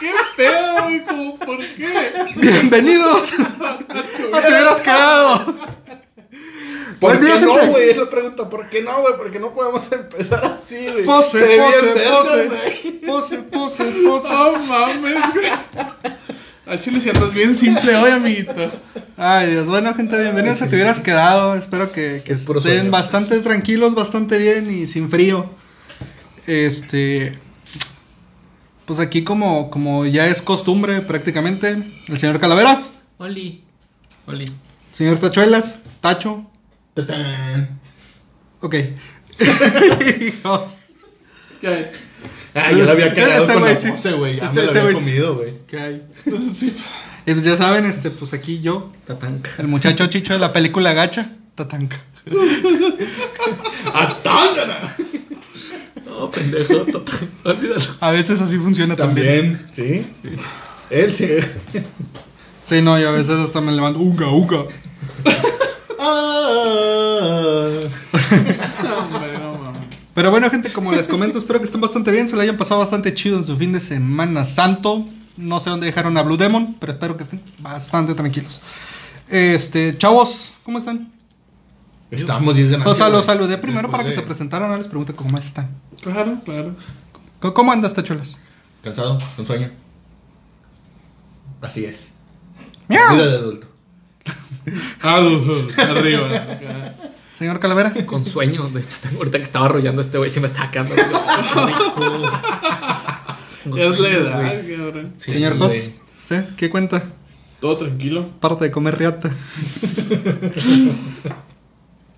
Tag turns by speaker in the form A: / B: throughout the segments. A: ¿Qué pedo, güey? Como, ¿Por qué?
B: Bienvenidos. No te hubieras quedado.
C: ¿Por
B: Buen día,
C: qué no,
B: gente.
C: güey? Es la pregunta. ¿Por qué no, güey? ¿Por qué no podemos empezar así, güey?
B: Pose,
C: Se ve
B: pose,
C: bien verga, güey.
B: pose, pose, pose, pose.
A: No mames, güey. A Chile, si andas bien simple hoy, amiguito.
B: Ay, Dios. Bueno, gente, bienvenidos a Te Hubieras Quedado. Espero que, que
C: Es puro
B: estén
C: sueño.
B: bastante tranquilos, bastante bien y sin frío. Este. Pues aquí, como, como ya es costumbre prácticamente, el señor Calavera,
D: Oli. Oli.
B: señor Tachuelas, Tacho.
C: Tatán.
B: Ok. Hijos.
A: Ya,
C: Ah, yo la había cagado
B: Este
C: con
B: güey
C: la
B: sí.
C: pose, güey. Ya
B: Este-
C: me la
B: este
C: había
B: güey sí.
C: comido, güey.
B: ¿Qué hay?
A: entonces sí.
B: Y pues ya saben, este, pues aquí yo,
D: Tapanca.
B: el muchacho chicho de la película Gacha, Tatanka.
C: ¡Atángana!
D: No, pendejo, total. Olvídalo.
B: A veces así funciona también.
C: También, ¿sí? Él sí.
B: Sí, no, yo a veces hasta me levanto, uga, uga.
C: Ah.
A: No, hombre, no mames.
B: Pero bueno, gente, como les comento, espero que estén bastante bien, se lo hayan pasado bastante chido en su fin de semana santo. No sé dónde dejaron a Blue Demon, pero espero que estén bastante tranquilos. Este, chavos, ¿cómo están?
C: Estamos 10 ganando.
B: O sea, los saludé primero para que se presentaran, ahora les pregunto cómo están.
A: Claro, claro.
B: ¿Cómo- ¿Cómo andas, Tachuelas?
C: Cansado, con sueño. Así es. Vida
B: ¡Miau!
C: de adulto.
A: Ah, arriba. acá.
B: Señor Calavera.
D: Con sueño, de hecho, tengo- ahorita que estaba arrollando este güey, se me estaba quedando. digo, rico. Tengo
A: Es la
D: sueño, güey.
A: edad, cabrón.
D: Sí,
B: Señor Jos,
D: güey.
B: ¿usted ¿qué cuenta?
A: Todo tranquilo.
B: Parte de comer riata.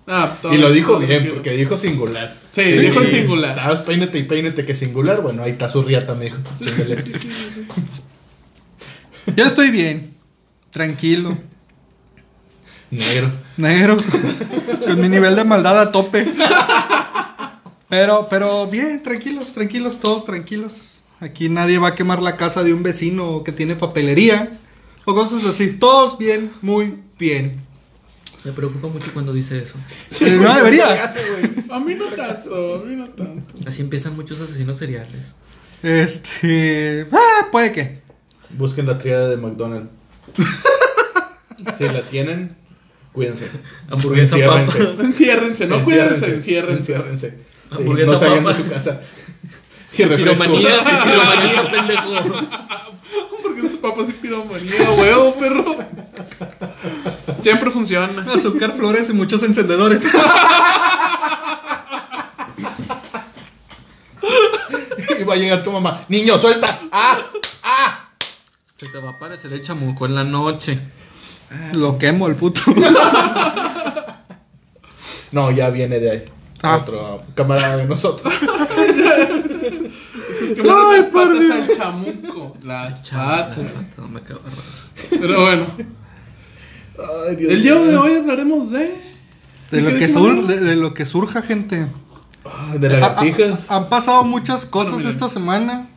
A: Ah, todo
C: Y lo dijo
A: todo
C: bien,
A: tranquilo.
C: porque dijo singular.
A: Sí, dijo en
C: sí.
A: singular.
C: Estabas peínate y peínate que singular. Bueno, ahí está su riata, me dijo. Chíngale.
B: Yo estoy bien, tranquilo,
C: Negro.
B: negro, con mi nivel de maldad a tope. Pero, pero bien, tranquilos, tranquilos, todos tranquilos. Aquí nadie va a quemar la casa de un vecino que tiene papelería o cosas así. Todos bien, muy bien.
D: Me preocupa mucho cuando dice eso.
B: Eh, no debería.
A: A mí no tanto, a mí no tanto.
D: Así empiezan muchos asesinos seriales.
B: Este, ah, puede que.
C: Busquen la triada de McDonald's. si la tienen, cuídense.
D: Hamburguesa,
C: Enciérrense.
D: papa.
A: Enciérrense, no cuídense, enciérrense.
C: enciérrense. Sí,
D: Hamburguesa,
C: no salgan de
D: papa.
C: su casa. Y refresco.
D: Piromanía, piromanía, pendejo.
A: Porque esos papas y piromanía, huevo, perro. Siempre funciona.
B: Azúcar, flores y muchos encendedores.
C: Y va a llegar tu mamá. Niño, suelta. ¡Ah! ¡Ah!
D: Se te va a aparecer el chamuco en la noche.
B: Lo quemo el puto.
C: No, ya viene de ahí.
B: Ah.
C: Otro camarada de nosotros.
A: Es que no,
B: Ay,
A: las
B: por
A: patas
B: Dios.
A: al chamuco. Las
D: Chamuco.
A: patas.
D: No me acabo de arrojar.
A: Pero bueno,
C: Ay, Dios
A: el día
C: mío.
A: de hoy hablaremos de.
B: De lo, que
A: ¿Crees,
B: sur-
A: Manuel?
B: de- de lo que surja, gente.
C: Ah, de lagartijas.
B: Han pasado muchas cosas
A: Bueno, miren.
B: esta semana.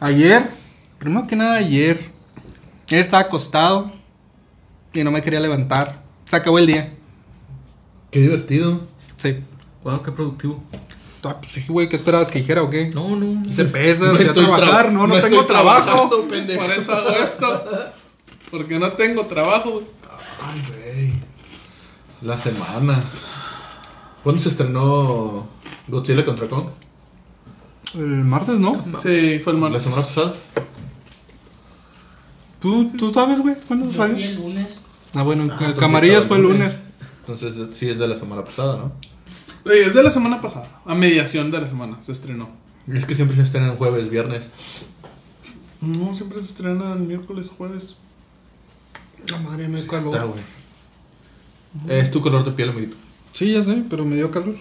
B: Ayer, primero que nada ayer, yo estaba acostado y no me quería levantar. Se acabó el día.
C: Qué divertido.
B: Sí.
D: Guau, qué productivo.
B: Ah, pues sí, güey, ¿qué esperabas que dijera o qué?
D: No, no. no.
B: Se pesa,
C: No
B: fui a
C: estoy
B: trabajar,
C: traba-
B: no, no,
C: no
B: tengo
C: estoy
B: trabajo.
C: trabajando, pendejo.
A: Por eso hago esto. Porque no tengo trabajo.
C: Ay, güey. La semana. ¿Cuándo se estrenó Godzilla contra Kong?
B: El martes, ¿no?
A: Sí, fue el
C: ¿La
A: martes.
C: semana pasada?
B: ¿Tú, tú sabes, güey? ¿Cuándo
E: Yo fui
B: salió?
E: el lunes.
B: Ah, bueno, el
C: entonces
B: Camarillas fue
C: estaba
B: el
C: el
B: lunes.
C: Entonces sí es de la semana pasada, ¿no?
A: Sí, es de la semana pasada. A mediación de la semana se estrenó.
C: Es que siempre se estrenan jueves, viernes.
A: No, siempre se estrenan miércoles, jueves.
B: La madre me dio
C: Está, güey. Es tu color de piel, amiguito.
B: Sí, ya sé, pero me dio calor.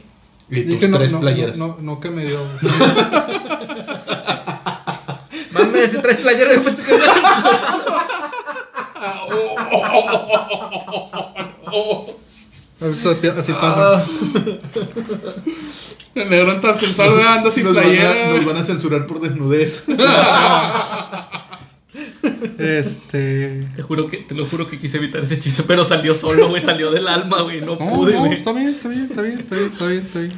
C: Y tus tres playeras.
B: no, no, que me dio.
D: Mames, si traes playera, yo pensé que era así.
B: Así, así
C: Ah.
B: pasa.
A: El negrón tan sensual güey, anda sin
C: nos, van
A: playera.
C: a, nos
A: güey.
C: van a censurar por desnudez.
B: Este.
D: Te juro que, te lo juro que quise evitar ese chiste, pero salió solo, güey, salió del alma, güey, no
B: No,
D: pude,
B: no,
D: güey.
B: está bien, está bien, está bien, está bien, está bien, está bien.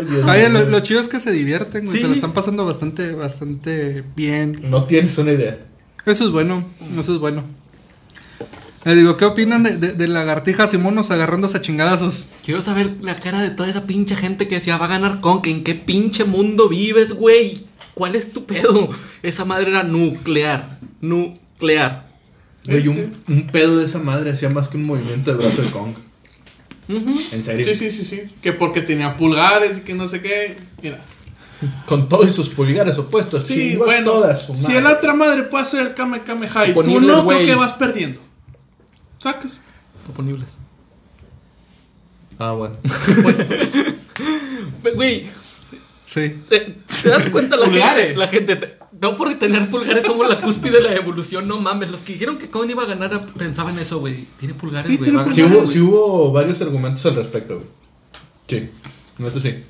C: Ay, Dios
B: Vaya,
C: mío.
B: lo, lo chido es que se divierten, güey.
D: Sí.
B: Se lo están pasando bastante, bastante bien.
C: No tienes una idea.
B: Eso es bueno, eso es bueno. Le digo, ¿qué opinan de, de- de lagartijas y monos agarrándose a chingadazos?
D: Quiero saber la cara de toda esa pinche gente que decía va a ganar con que en qué pinche mundo vives, güey. ¿Cuál es tu pedo? Esa madre era nuclear. Nuclear.
C: Güey, un, un pedo de esa madre hacía más que un movimiento de brazo de Kong.
D: Ujú.
C: En serio.
A: Sí, sí, sí, sí. Que porque tenía pulgares y que no sé qué. Mira.
C: Con todos sus pulgares opuestos.
A: Sí,
C: chingó a
A: bueno.
C: todas, su
A: si
C: madre.
A: la otra madre puede hacer el Kame Kame High, tú
D: Ponible,
A: no,
D: güey.
A: porque vas perdiendo. Sacas.
D: Oponibles. Ah, bueno. Güey,
B: Sí.
D: ¿te, te das cuenta la gente?
A: Pulgares.
D: La gente te- no por tener pulgares somos la cúspide de la evolución, no mames. Los que dijeron que Cohen iba a ganar pensaban eso, güey. Tiene pulgares,
A: Sí,
D: güey.
A: tiene
D: va a
C: Sí
D: ganar,
C: hubo,
D: güey.
C: sí hubo varios argumentos al respecto, güey. Sí. No, sí.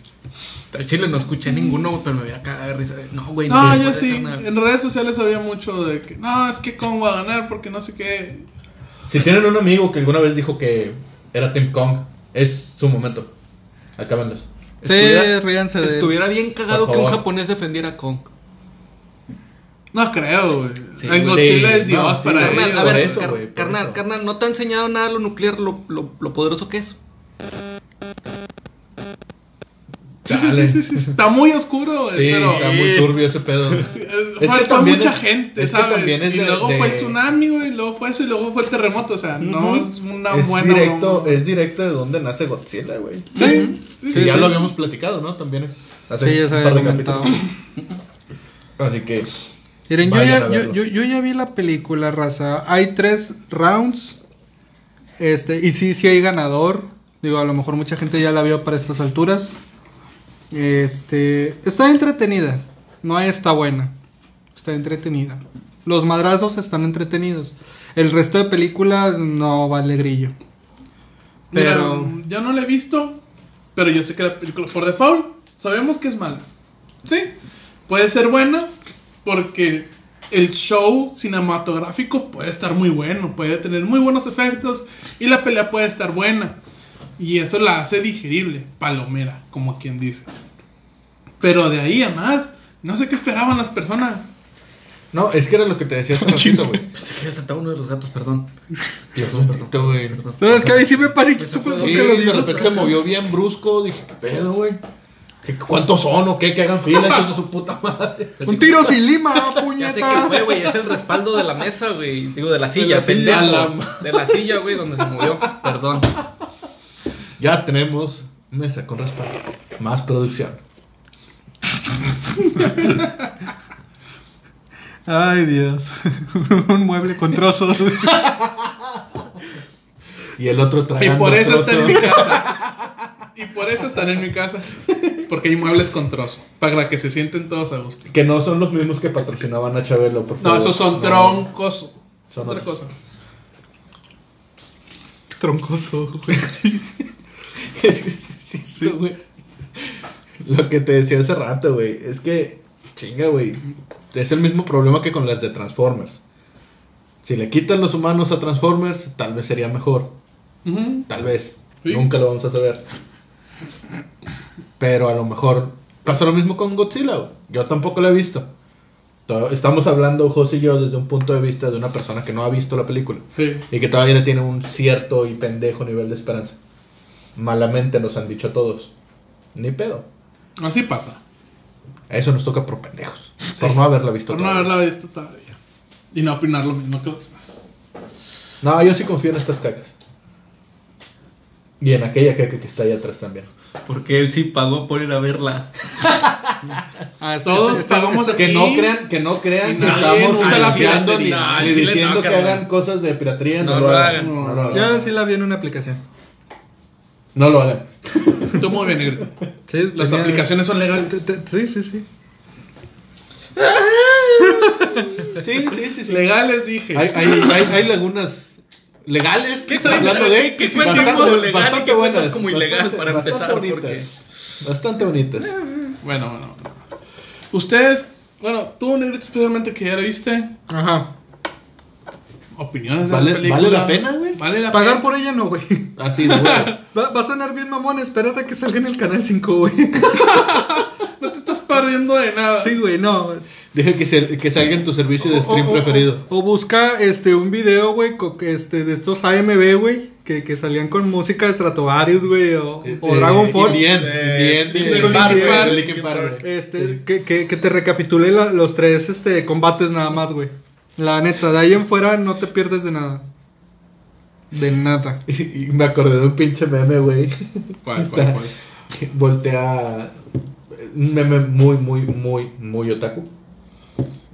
D: Al Chile no escuché ninguno, güey, pero me hubiera cagado de risa. de, No, güey.
A: No,
D: se
A: Ah, yo
D: puede,
A: sí.
D: carnal".
A: En redes sociales había mucho de que, no, es que Kong va a ganar porque no sé qué.
C: Si tienen un amigo que alguna vez dijo que era Team Kong, es su momento. Acábenlos.
B: Sí,
D: Estuviera-
B: ríanse de él.
D: Estuviera bien cagado
C: Por
D: que un
C: favor.
D: japonés defendiera a Kong.
A: No creo, güey.
D: Sí,
A: Ay,
D: güey.
A: Godzilla
C: Sí,
A: es Dios
C: no, sí,
A: para
C: carnal,
A: ellos.
D: a
C: por
D: ver,
C: eso,
D: car-
C: güey, por
D: carnal,
C: eso.
D: carnal, no te ha enseñado nada lo nuclear, lo, lo, lo poderoso que es.
C: Chale.
A: Sí, sí, sí, Está muy oscuro, güey.
C: Sí,
A: pero
C: está muy turbio ese pedo.
A: eh,
C: que
A: falta
C: también
A: mucha
C: es-
A: gente,
C: es que
A: ¿sabes?
C: también es
A: y
C: de-
A: luego
C: de-
A: fue el tsunami, güey. y Luego fue eso y luego fue el terremoto. O sea, no es una
C: es,
A: buena
C: directo,
A: broma.
C: es directo de donde nace Godzilla, güey.
A: Sí, sí,
C: Que ya
A: sí.
C: lo habíamos platicado, ¿no? También. hace
B: Sí, ya se
C: un
B: había
C: par de
B: comentado.
C: capítulos. Así que.
B: Miren, yo
C: Vayan
B: ya,
C: a
B: yo,
C: verlo.
B: yo- yo ya vi la película, raza. Hay tres rounds. Este, y sí, sí hay ganador. Digo, a lo mejor mucha gente ya la vio para estas alturas. Este, está entretenida. No está buena. Está entretenida. Los madrazos están entretenidos. El resto de película no vale grillo.
A: Mira,
B: Pero
A: yo no la he visto, pero yo sé que la película, por default, sabemos que es mala. Sí, puede ser buena porque el show cinematográfico puede estar muy bueno, puede tener muy buenos efectos y la pelea puede estar buena. Y eso la hace digerible, palomera, como quien dice. Pero de ahí a más, no sé qué esperaban las personas.
C: No, es que era lo que te decía hace ratito, güey.
D: Pensé que había saltado uno de los gatos, perdón.
C: Dios bendito, güey.
B: No, es que a mí sí me paniquito
D: Pues,
B: cuando
C: Sí,
B: que lo
C: de
B: digo.
C: repente se movió bien brusco. Dije, ¿qué pedo, güey? ¿Qué- ¿Cuántos son o qué? Que hagan fila, hijos de su puta madre.
B: Un tiro sin lima,
D: Ya sé que
B: puñetas.
D: fue, güey, es el respaldo de la mesa, güey. Digo, de la silla,
C: la silla,
D: pendejo.
C: la ma-
D: De la silla, güey, donde se movió. Perdón.
C: Ya tenemos mesa con respaldo. Más producción.
B: Ay, Dios. Un mueble con trozos.
C: Y el otro
A: Y
C: tragando.
A: por eso está en
C: trozo.
A: mi casa. Y por eso están en mi casa. Porque hay muebles con trozo. Para que se sienten todos a gusto.
C: Que no son los mismos que patrocinaban a Chabelo, por
A: No,
C: favor.
A: esos son
C: No.
A: troncos.
C: Son
A: otra
C: otros.
A: cosa.
B: Troncoso, güey.
C: Es que sí, es cierto, güey. Lo que te decía hace rato, güey. Es que, chinga, güey. Es el mismo problema que con las de Transformers. Si le quitan los humanos a Transformers, tal vez sería mejor.
A: Ujú.
C: Tal vez.
A: Sí.
C: Nunca lo vamos a saber. Pero a lo mejor pasa lo mismo con Godzilla. güey. Yo tampoco lo he visto. To- Estamos hablando, José y yo, desde un punto de vista de una persona que no ha visto la película.
A: Sí.
C: Y que todavía le tiene un cierto y pendejo nivel de esperanza. Malamente nos han dicho a todos. Ni pedo.
A: Así pasa.
C: A eso nos toca por pendejos. Por no haberla visto.
A: Por no
C: todavía.
A: haberla visto todavía. Y no opinar lo mismo que los demás.
C: No, yo sí confío en estas cacas. Y en aquella caca que está ahí atrás también.
D: Porque él sí pagó por ir a verla.
B: Ah, está-
A: Todos
B: está-
A: pagamos
B: está-
A: aquí.
C: Que no crean, que no
A: Y
C: crean que
A: nadie
C: estamos
A: usa la
C: anunciando ni,
A: piratería.
D: No,
C: ni
D: en Chile
C: diciendo
D: no,
C: que
D: carnal.
C: hagan cosas de piratería. No, lo, hagan. No lo hagan.
B: Yo sí la vi en una aplicación.
C: No lo hagan.
A: Tú muy bien, Negrito.
B: Sí,
A: Las
B: tenía-
A: aplicaciones son
B: Te-
A: legales.
B: te- Sí, sí, sí.
C: Sí, sí, sí. sí.
A: Legales, dije.
C: Hay, hay, hay, hay lagunas legales.
D: ¿Qué tal-
C: hablando de
D: qué- qué
C: bastante-
D: cuentas como legal y
C: bastante
D: qué cuentas
C: buenas,
D: como ilegal para empezar,
C: Bastante bonitas. Bastante bonitas.
A: Bueno, bueno. bueno. Ustedes, bueno, tú, Negrito, especialmente que ya la viste.
B: Ajá.
A: opiniones de
C: ¿Vale-
A: la película.
C: vale la pena, güey?
A: Vale la
B: Pagar por ella no, güey.
C: Así, de huevo.
B: Va, va a sonar bien mamón, espérate a que salga en el canal 5, güey.
A: pena. No te estás perdiendo de nada.
B: Sí, güey, no.
C: Deja que, se- que salga en tu servicio de stream
B: O- o-
C: preferido.
B: O, o busca este un video, güey, co- que, este, de estos AMB, güey, que, que salían con música de Stratovarius, güey, o, o
C: Eh,
B: Dragon
C: eh,
B: Force.
C: Bien,
A: Eh,
C: bien, bien.
B: Linkin Park,
C: güey,
A: Linkin
C: Linkin Park,
A: Park.
C: güey.
B: Este, que, que, que te recapitule la- los tres este, combates nada más, güey. La neta, de ahí en fuera no te pierdes de nada. De nada.
C: Y me acordé de un pinche meme, güey.
A: ¿Cuál,
C: Está-
A: cuál, cuál?
C: que Voltea. eh, Un meme muy, muy, muy, muy otaku.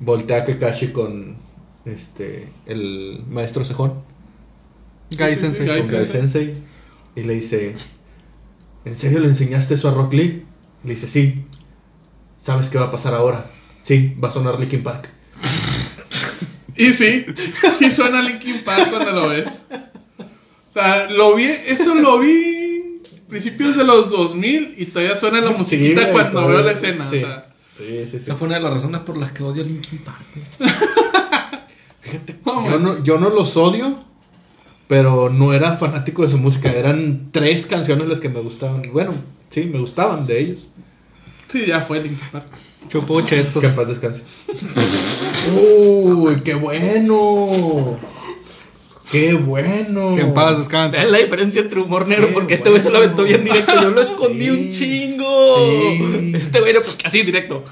C: Voltea a Kakashi con este el maestro cejón.
A: Sí,
B: Gai
A: sí,
B: Sensei.
A: sí.
C: con Gai Sensei. Y le dice: ¿En serio le enseñaste eso a Rock Lee? Le dice: Sí. ¿Sabes qué va a pasar ahora? Sí, va a sonar Linkin Park.
A: Y sí, sí suena Linkin Park cuando lo ves. O sea, lo vi, eso lo vi principios de los 2000 y todavía suena la musiquita
C: güey,
A: cuando
C: todavía.
A: veo la escena.
C: Sí.
A: O sea,
C: Sí, sí, sí.
D: Esa fue una de las razones por las que odio a Linkin Park. güey.
C: Fíjate,
A: No,
C: yo no, yo no los odio, pero no era fanático de su música. Eran tres canciones las que me gustaban. Bueno, sí, me gustaban de ellos.
A: sí, ya fue Linkin Park.
B: Chupó chetos.
C: Que en paz descanse. ¡Uy, qué bueno! ¡Qué bueno!
B: Que en paz
D: Vean
B: descanse.
D: la diferencia entre humor negro,
C: Sí,
D: porque este güey se lo
C: bueno.
D: aventó bien directo. Yo lo escondí
C: Sí.
D: un chingo.
C: Sí.
D: Este güey, no, pues así directo.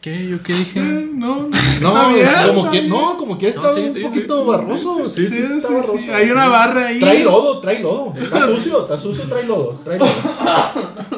B: ¿Qué? ¿Yo qué dije?
A: Eh, No, no.
C: No,
A: Está bien,
C: como
A: está
C: que,
A: bien.
C: no, como que está
D: No, sí,
C: un
D: sí,
C: poquito barroso. Sí, sí,
A: Sí,
C: está
A: sí,
C: barroso.
A: sí. Hay una barra ahí.
C: Trae lodo, trae lodo. Está sucio, está sucio, trae lodo, trae lodo.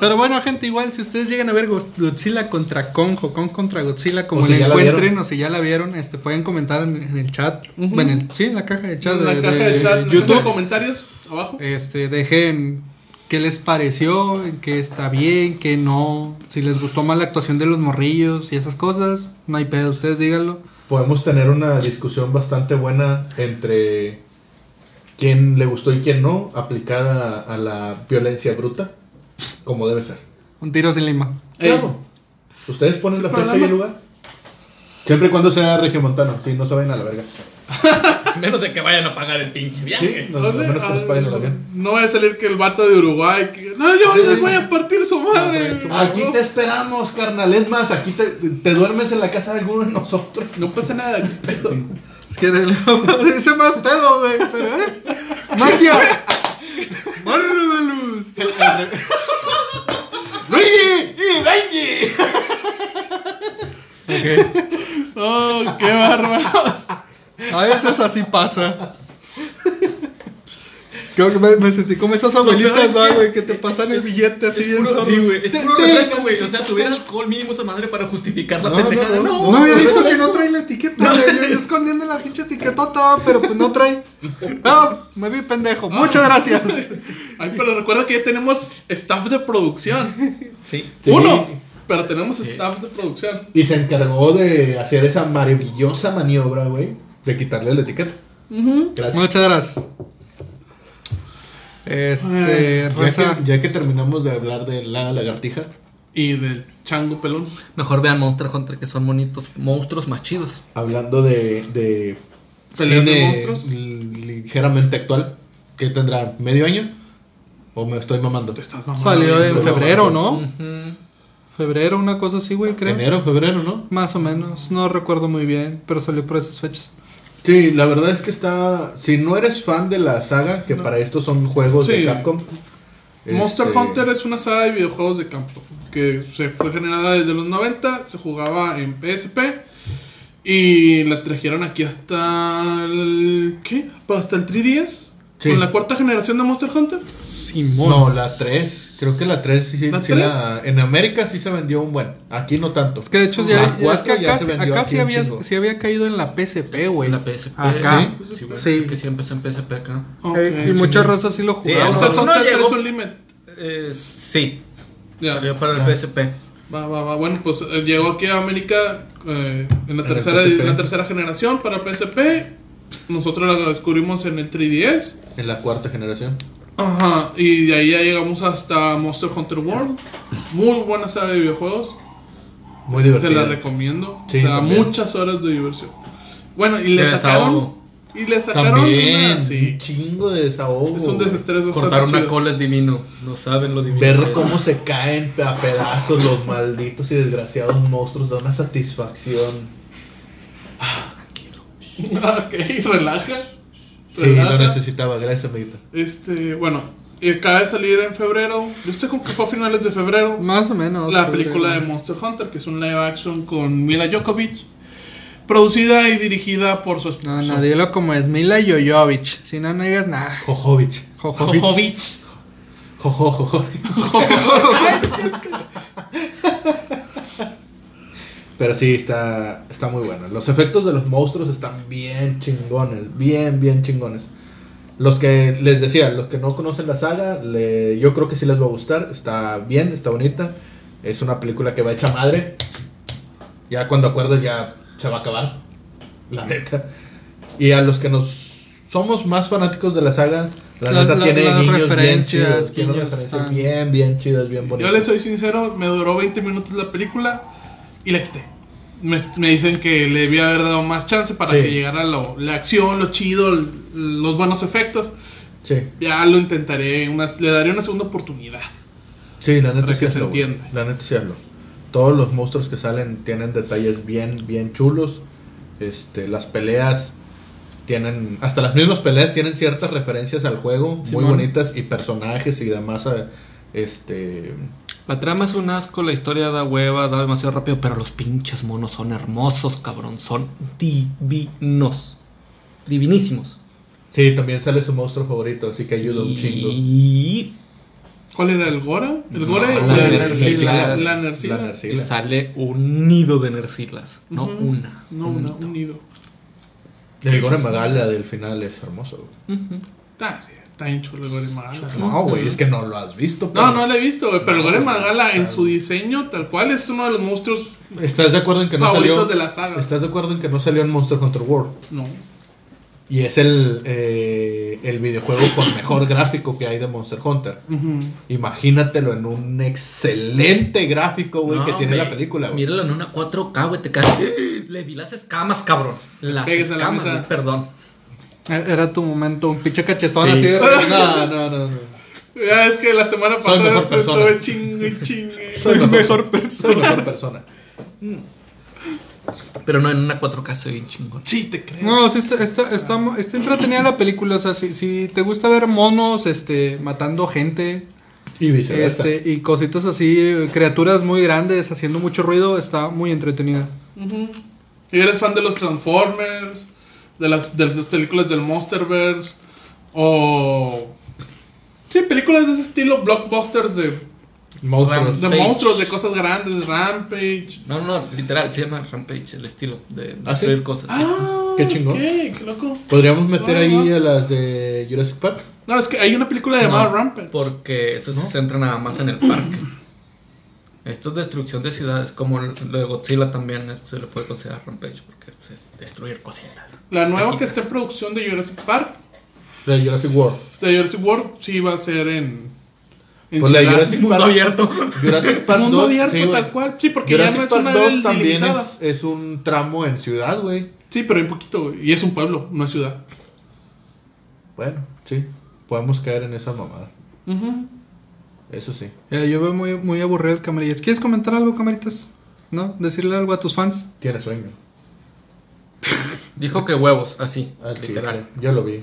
B: Pero bueno, gente, igual si ustedes llegan a ver Go- Godzilla contra Kong o Kong contra Godzilla, como
C: O si
B: le
C: ya la
B: encuentren
C: vieron.
B: o si ya la vieron, este pueden comentar en, en el chat. Bueno, en el- sí, en la caja de chat
A: En
B: de,
A: la
B: de-
A: caja de chat,
B: de
A: en la caja de
B: YouTube.
A: comentarios, abajo.
B: Este, dejen qué les pareció, qué está bien, qué no, si les gustó más la actuación de los morrillos y esas cosas, no hay pedo, ustedes díganlo.
C: podemos tener una discusión bastante buena entre quién le gustó y quién no, aplicada a la violencia bruta, como debe ser.
B: Un tiro sin lima.
A: Ey.
C: Claro. Ustedes ponen
A: Sí,
C: la fecha y
A: programa.
C: el lugar. Siempre y cuando sea regiomontano, si no se vayan a la verga.
D: Menos de que vayan a pagar el pinche
C: Sí,
D: viaje.
C: no, al menos que
A: Ah,
C: nos paguen el avión.
A: no va a salir que el vato de Uruguay. que, no, yo
C: Sí,
A: les
C: sí.
A: voy a partir su madre.
C: Aquí te esperamos, carnal. Es más, aquí te, te duermes en la casa de alguno de nosotros.
A: No pasa nada.
B: Es que le- dice más pedo, güey, pero eh. Magia. Barro de luz.
C: ¡Luigi! ¡Y Benji!
A: Oh, qué bárbaros.
B: A veces así pasa. Creo que me, me sentí como esas abuelitas,
D: peor es que
B: ¿va, güey,
D: es-
B: que te pasan el billete así bien
D: Puro-
B: zorro.
D: sí, güey. Es
C: Te-
D: puro
C: te-
D: refresco, güey. O sea, tuviera alcohol mínimo esa madre para justificar la
C: No,
D: pendejada. No,
C: no, no.
B: No había visto que no trae la etiqueta, güey. Yo, yo escondiendo la pinche etiquetota, va, pero pues no trae. Ah, me vi pendejo. Muchas gracias.
A: Ay, pero recuerda que ya tenemos staff de producción.
D: Sí.
C: Sí.
A: Uno, pero tenemos staff de producción.
C: Y se encargó de hacer esa maravillosa maniobra, güey, de quitarle la etiqueta. Gracias.
B: Muchas gracias. Este,
C: Ya
B: raza.
C: que, ya que terminamos de hablar de la lagartija,
A: Y del chango pelón.
D: Mejor vean Monster Hunter, que son bonitos monstruos más chidos.
C: hablando de, de
A: ¿Peleas de
C: cine
A: monstruos?
C: li- ligeramente actual, que tendrá medio año, o me estoy mamando.
A: Te estás mamando.
B: Salió en
C: Pero-
B: febrero, ¿no?
D: Ujú.
B: Febrero, una cosa así, güey, creo.
C: Enero, febrero, ¿no?
B: Más o menos. No recuerdo muy bien, pero salió por esas fechas.
C: Sí, la verdad es que está. Si no eres fan de la saga, que para esto son juegos
A: Sí.
C: de Capcom.
A: Monster
C: este,
A: Hunter es una saga de videojuegos de campo que se fue generada desde los 90, se jugaba en PSP y la trajeron aquí hasta el ¿qué? Hasta el 3DS
C: Sí.
A: con la cuarta generación de Monster Hunter.
B: Simón.
C: No, la 3. Creo que la 3 sí,
A: ¿La
C: sí la- en América sí se vendió un buen. Aquí no tanto.
B: Es que de hecho
C: La
B: ya, ya es que
C: cuatro ya
B: acá,
C: se vendió
B: acá
C: aquí
B: sí,
C: un
B: había,
C: chingo.
B: sí había caído en la PSP, güey.
D: La PSP.
B: Acá.
D: Sí, Eh, sí, güey.
B: Sí.
D: Es que siempre es en PSP acá.
B: Eh, y
A: Ok.
B: muchas razas sí lo
D: Sí,
B: jugaron.
A: Monster
D: No, no
A: Hunter
D: llegó.
A: es un límite.
D: Eh, sí.
A: Ya.
D: Salió para el
C: Ah.
D: PSP.
A: Va, va, va. Bueno, pues eh, llegó aquí a América eh, en, la
C: En el
A: tercera,
C: PSP.
A: en la tercera generación para PSP. Nosotros la descubrimos en el 3DS.
C: En la cuarta generación.
A: Ajá, y de ahí ya llegamos hasta Monster Hunter World. Muy buena saga de videojuegos.
C: Muy
A: Se la
C: divertida.
A: recomiendo.
C: Sí,
A: Te da
C: también.
A: muchas horas de diversión. Bueno, y le
D: De
A: sacaron.
D: desahogo.
A: Y Y le sacaron
C: También, Uh,
A: una. Sí.
C: un chingo de desahogo.
A: Es un
C: güey.
A: desestrés bastante
D: Cortar una
A: chido.
D: cola es divino. No saben lo divino. que
C: Ver
D: es.
C: cómo se caen a pedazos los malditos y desgraciados monstruos da una satisfacción.
A: ok, relaja.
C: Sí,
A: Relaja.
C: lo necesitaba, gracias, amiguita.
A: Este, bueno, y acaba de salir en febrero. Yo estoy con que fue a finales de febrero.
B: Más o menos.
A: la
B: sobre-
A: película de Monster Hunter, que es un live action con Mila Djokovic, producida y dirigida por su esposo.
B: No, no, dilo como es Mila Jojovic. Si no, no digas nada.
C: Jojovic.
B: Jojovic.
A: Jojovic.
C: Jojo, jojo. Pero sí, está, está muy bueno. Los efectos de los monstruos están bien chingones. Bien, bien chingones. Los que les decía, los que no conocen la saga, le- yo creo que sí les va a gustar. Está bien, está bonita. Es una película que va hecha madre. Ya cuando acuerdes ya se va a acabar. La neta. Y a los que nos somos más fanáticos de la saga, la,
B: La-
C: neta
B: la-
C: tiene
B: las
C: guiños bien
B: referencias,
C: chidos. Tiene
B: guiños
C: referencias
B: están-
C: bien, bien chidas, bien
A: Yo
C: bonitas.
A: les soy sincero, me duró 20 minutos la película y la quité. Me, me dicen que le debía haber dado más chance para
C: Sí.
A: que llegara lo- la acción, lo chido, l- los buenos efectos.
C: Sí,
A: Ya lo intentaré, unas- le daré una segunda oportunidad.
C: sí, la neta
A: Para
C: sí
A: que se
C: hazlo, güey.
A: entienda.
C: La neta sí hazlo. Todos los monstruos que salen tienen detalles bien, bien chulos. Este, las peleas tienen, hasta las mismas peleas tienen ciertas referencias al juego,
D: Simón.
C: muy bonitas y personajes y demás. eh, Este,
D: La trama es un asco, la historia da hueva, da demasiado rápido, pero los pinches monos son hermosos, cabrón. Son divinos. Divinísimos.
C: sí, también sale su monstruo favorito, así que ayuda un chingo.
D: Y,
A: ¿Cuál era el Gora? ¿El Gora?
D: No,
A: la,
D: la
A: Nercila.
D: Nercila.
A: La, la
C: La
A: Nercila.
D: y
C: Nercila.
D: sale un nido de nercilas. No
A: Ujú.
D: una.
A: No,
D: un
A: una,
D: nido.
A: un nido.
C: El Gore Magala del final es hermoso. güey.
D: Ujú.
A: Ah, sí, está bien chulo el Gore Magala.
C: No, güey, es que no lo has visto.
A: No, no
C: pero-
A: lo he visto, güey, pero el Gore Magala en
C: Claro.
A: su diseño tal cual es uno de los monstruos
C: ¿Estás de acuerdo en que no
A: favoritos de
C: salió?
A: la saga.
C: ¿Estás de acuerdo en que no salió en Monster Hunter World?
A: No.
C: Y es el, eh, el videojuego con mejor gráfico que hay de Monster Hunter. Imagínatelo en un excelente gráfico, güey,
D: No,
C: que tiene la
D: güey,
C: película, güey.
D: Míralo en una 4K, güey, te cae. Le vi las escamas, cabrón. Las
A: Pegues a la
D: escamas,
A: mesa.
D: güey, perdón.
B: Era tu momento, un pinche cachetón
C: Sí.
B: así de.
C: No, no, no, no.
A: Ya es que la semana
C: Soy
A: pasada
C: mejor
A: te
C: persona.
A: estuve chingue y chingue.
C: Soy mejor persona. Soy mejor persona.
D: Pero no, en una 4K se ve bien chingón.
A: Sí, te creo.
B: No, no, sí está, está, está, mo- está entretenida la película. O sea, si, si te gusta ver monos este, matando gente
C: Y viceversa.
B: este, y cositas así, criaturas muy grandes haciendo mucho ruido, está muy entretenida.
A: Ujú. Y eres fan de los Transformers, de las, de las películas del Monsterverse, o... Sí, películas de ese estilo, blockbusters de,
C: Monstruos.
A: de
D: Rampage.
A: monstruos, de cosas grandes, Rampage.
D: No, no, literal, se llama Rampage, el estilo de
C: ¿Ah, sí?
D: destruir cosas. sí.
A: Ah,
C: Qué chingón.
A: ok, qué loco.
C: Podríamos meter
A: No,
C: ahí
A: no.
C: a las de Jurassic Park.
A: No, es que hay una película llamada
D: No,
A: Rampage.
D: Porque eso se centra nada más en el parque. Esto es destrucción de ciudades, como lo de Godzilla también eh, se le puede considerar Rampage, porque pues, es destruir cositas.
A: La nueva que
D: Casitas.
A: está en producción de Jurassic Park,
C: De Jurassic World.
A: de Jurassic World, sí va a ser en. en
C: Pues la
A: ciudad.
C: de Jurassic
D: Mundo
C: Park-
D: abierto.
C: Jurassic Park
A: Mundo
C: 2,
A: abierto,
C: sí, güey.
A: tal cual. Sí, porque
C: Jurassic
A: ya no es
C: Park
A: una
C: 2
A: área
C: también
A: delimitada.
C: es, es un tramo en ciudad, güey.
A: Sí, pero hay poquito, güey, y es un pueblo, no es ciudad.
C: Bueno, sí. Podemos caer en esa mamada.
A: Ujú.
C: Eso sí.
B: Eh, yo veo muy, muy aburrido el camarillas. ¿Quieres comentar algo, camaritas? ¿No? ¿Decirle algo a tus fans?
C: Tiene sueño.
D: Dijo que huevos, así,
C: Al
D: literal.
C: chile, Yo lo vi.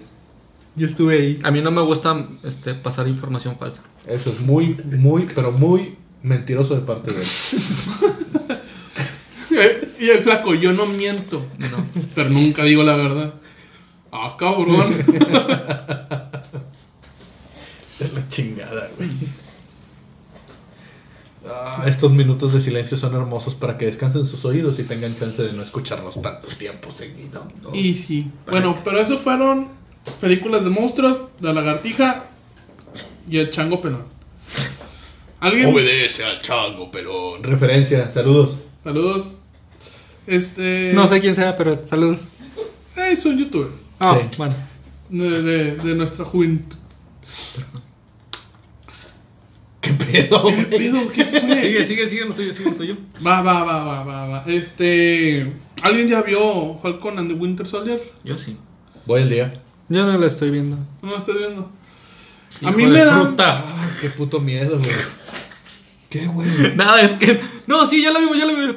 B: Yo estuve ahí.
D: A mí no me gusta este, pasar información falsa.
C: Eso es muy, muy, pero muy mentiroso de parte de él.
A: Eh, Y el flaco, yo no miento,
D: No.
A: pero nunca digo la verdad. Ah, cabrón.
C: De la chingada, güey. Ah, estos minutos de silencio son hermosos para que descansen sus oídos y tengan chance de no escucharnos tanto tiempo seguido. ¿no?
A: y sí. Bueno, pero eso fueron películas de monstruos, la lagartija y el chango pelón. ¿Alguien?
C: Obedece al chango, pelón. Referencia, saludos.
A: Saludos. Este.
B: No sé quién sea, pero saludos.
A: Eh, Es un youtuber
B: Ah,
C: Sí.
B: bueno.
A: de, de- de nuestra juventud.
C: ¿Qué pedo,
A: ¿Qué
C: güey?
A: pedo? ¿Qué fue?
D: Sigue, sigue, sigue, no tuyo, sigue, no tuyo.
A: Va, va, va, va, va, va. Este. ¿Alguien ya vio Falcon and the Winter Soldier?
D: Yo sí.
C: Voy al día.
B: Yo no la estoy viendo.
A: No lo estoy viendo.
E: Hijo de fruta.
C: Ah, qué puto miedo, güey. ¿Qué, güey?
D: Nada, es que. No, sí, ya la vimos, ya la vimos.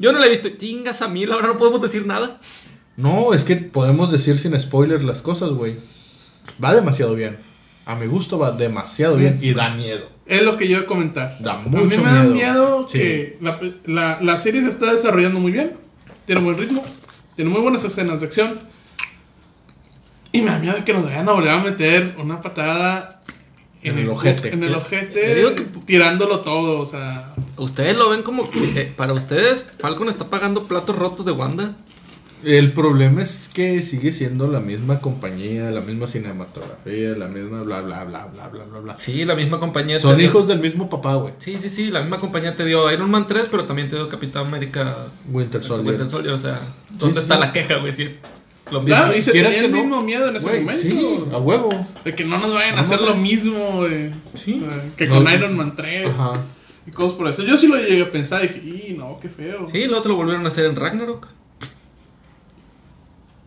D: Yo no la he visto. Chingas a mil, ahora no podemos decir nada.
C: No, es que podemos decir sin spoilers las cosas, güey. Va demasiado bien. A mi gusto va demasiado bien y da miedo.
A: Es lo que yo iba a comentar.
C: Da
A: a
C: mucho
A: mí me da
C: miedo.
A: miedo
C: Sí.
A: que la, la- la serie se está desarrollando muy bien. Tiene buen ritmo. Tiene muy buenas escenas de acción. Y me da miedo que nos vayan a volver a meter una patada
C: En el ojete.
A: En el
D: Yo-
A: ojete.
D: yo digo que-
A: Tirándolo todo. O sea.
D: Ustedes lo ven como. eh, para ustedes, Falcon está pagando platos rotos de Wanda.
C: El problema es que sigue siendo la misma compañía, la misma cinematografía, la misma bla bla bla bla bla bla bla.
D: Sí, la misma compañía. te
C: Son
D: dio-
C: hijos del mismo papá, güey.
D: Sí, sí, sí, la misma compañía te dio Iron Man 3, pero también te dio Capitán América
C: Winter Soldier.
D: Winter Soldier, O sea, ¿dónde
C: Sí,
D: está
C: sí.
D: la queja, güey? Si es lo mismo.
A: Claro, y se
C: quieras
A: tenía
C: que
A: el
C: no.
A: mismo miedo en ese
C: Güey,
A: momento.
C: sí, a huevo.
A: De que no nos vayan a
C: No
A: hacer lo
C: mames.
A: mismo eh,
D: Sí.
A: eh, que
C: No,
A: con
C: no.
A: Iron Man 3
C: Ajá.
A: y cosas por eso. Yo sí lo llegué a pensar y dije, y no, qué feo.
D: Sí, luego te lo volvieron a hacer en Ragnarok.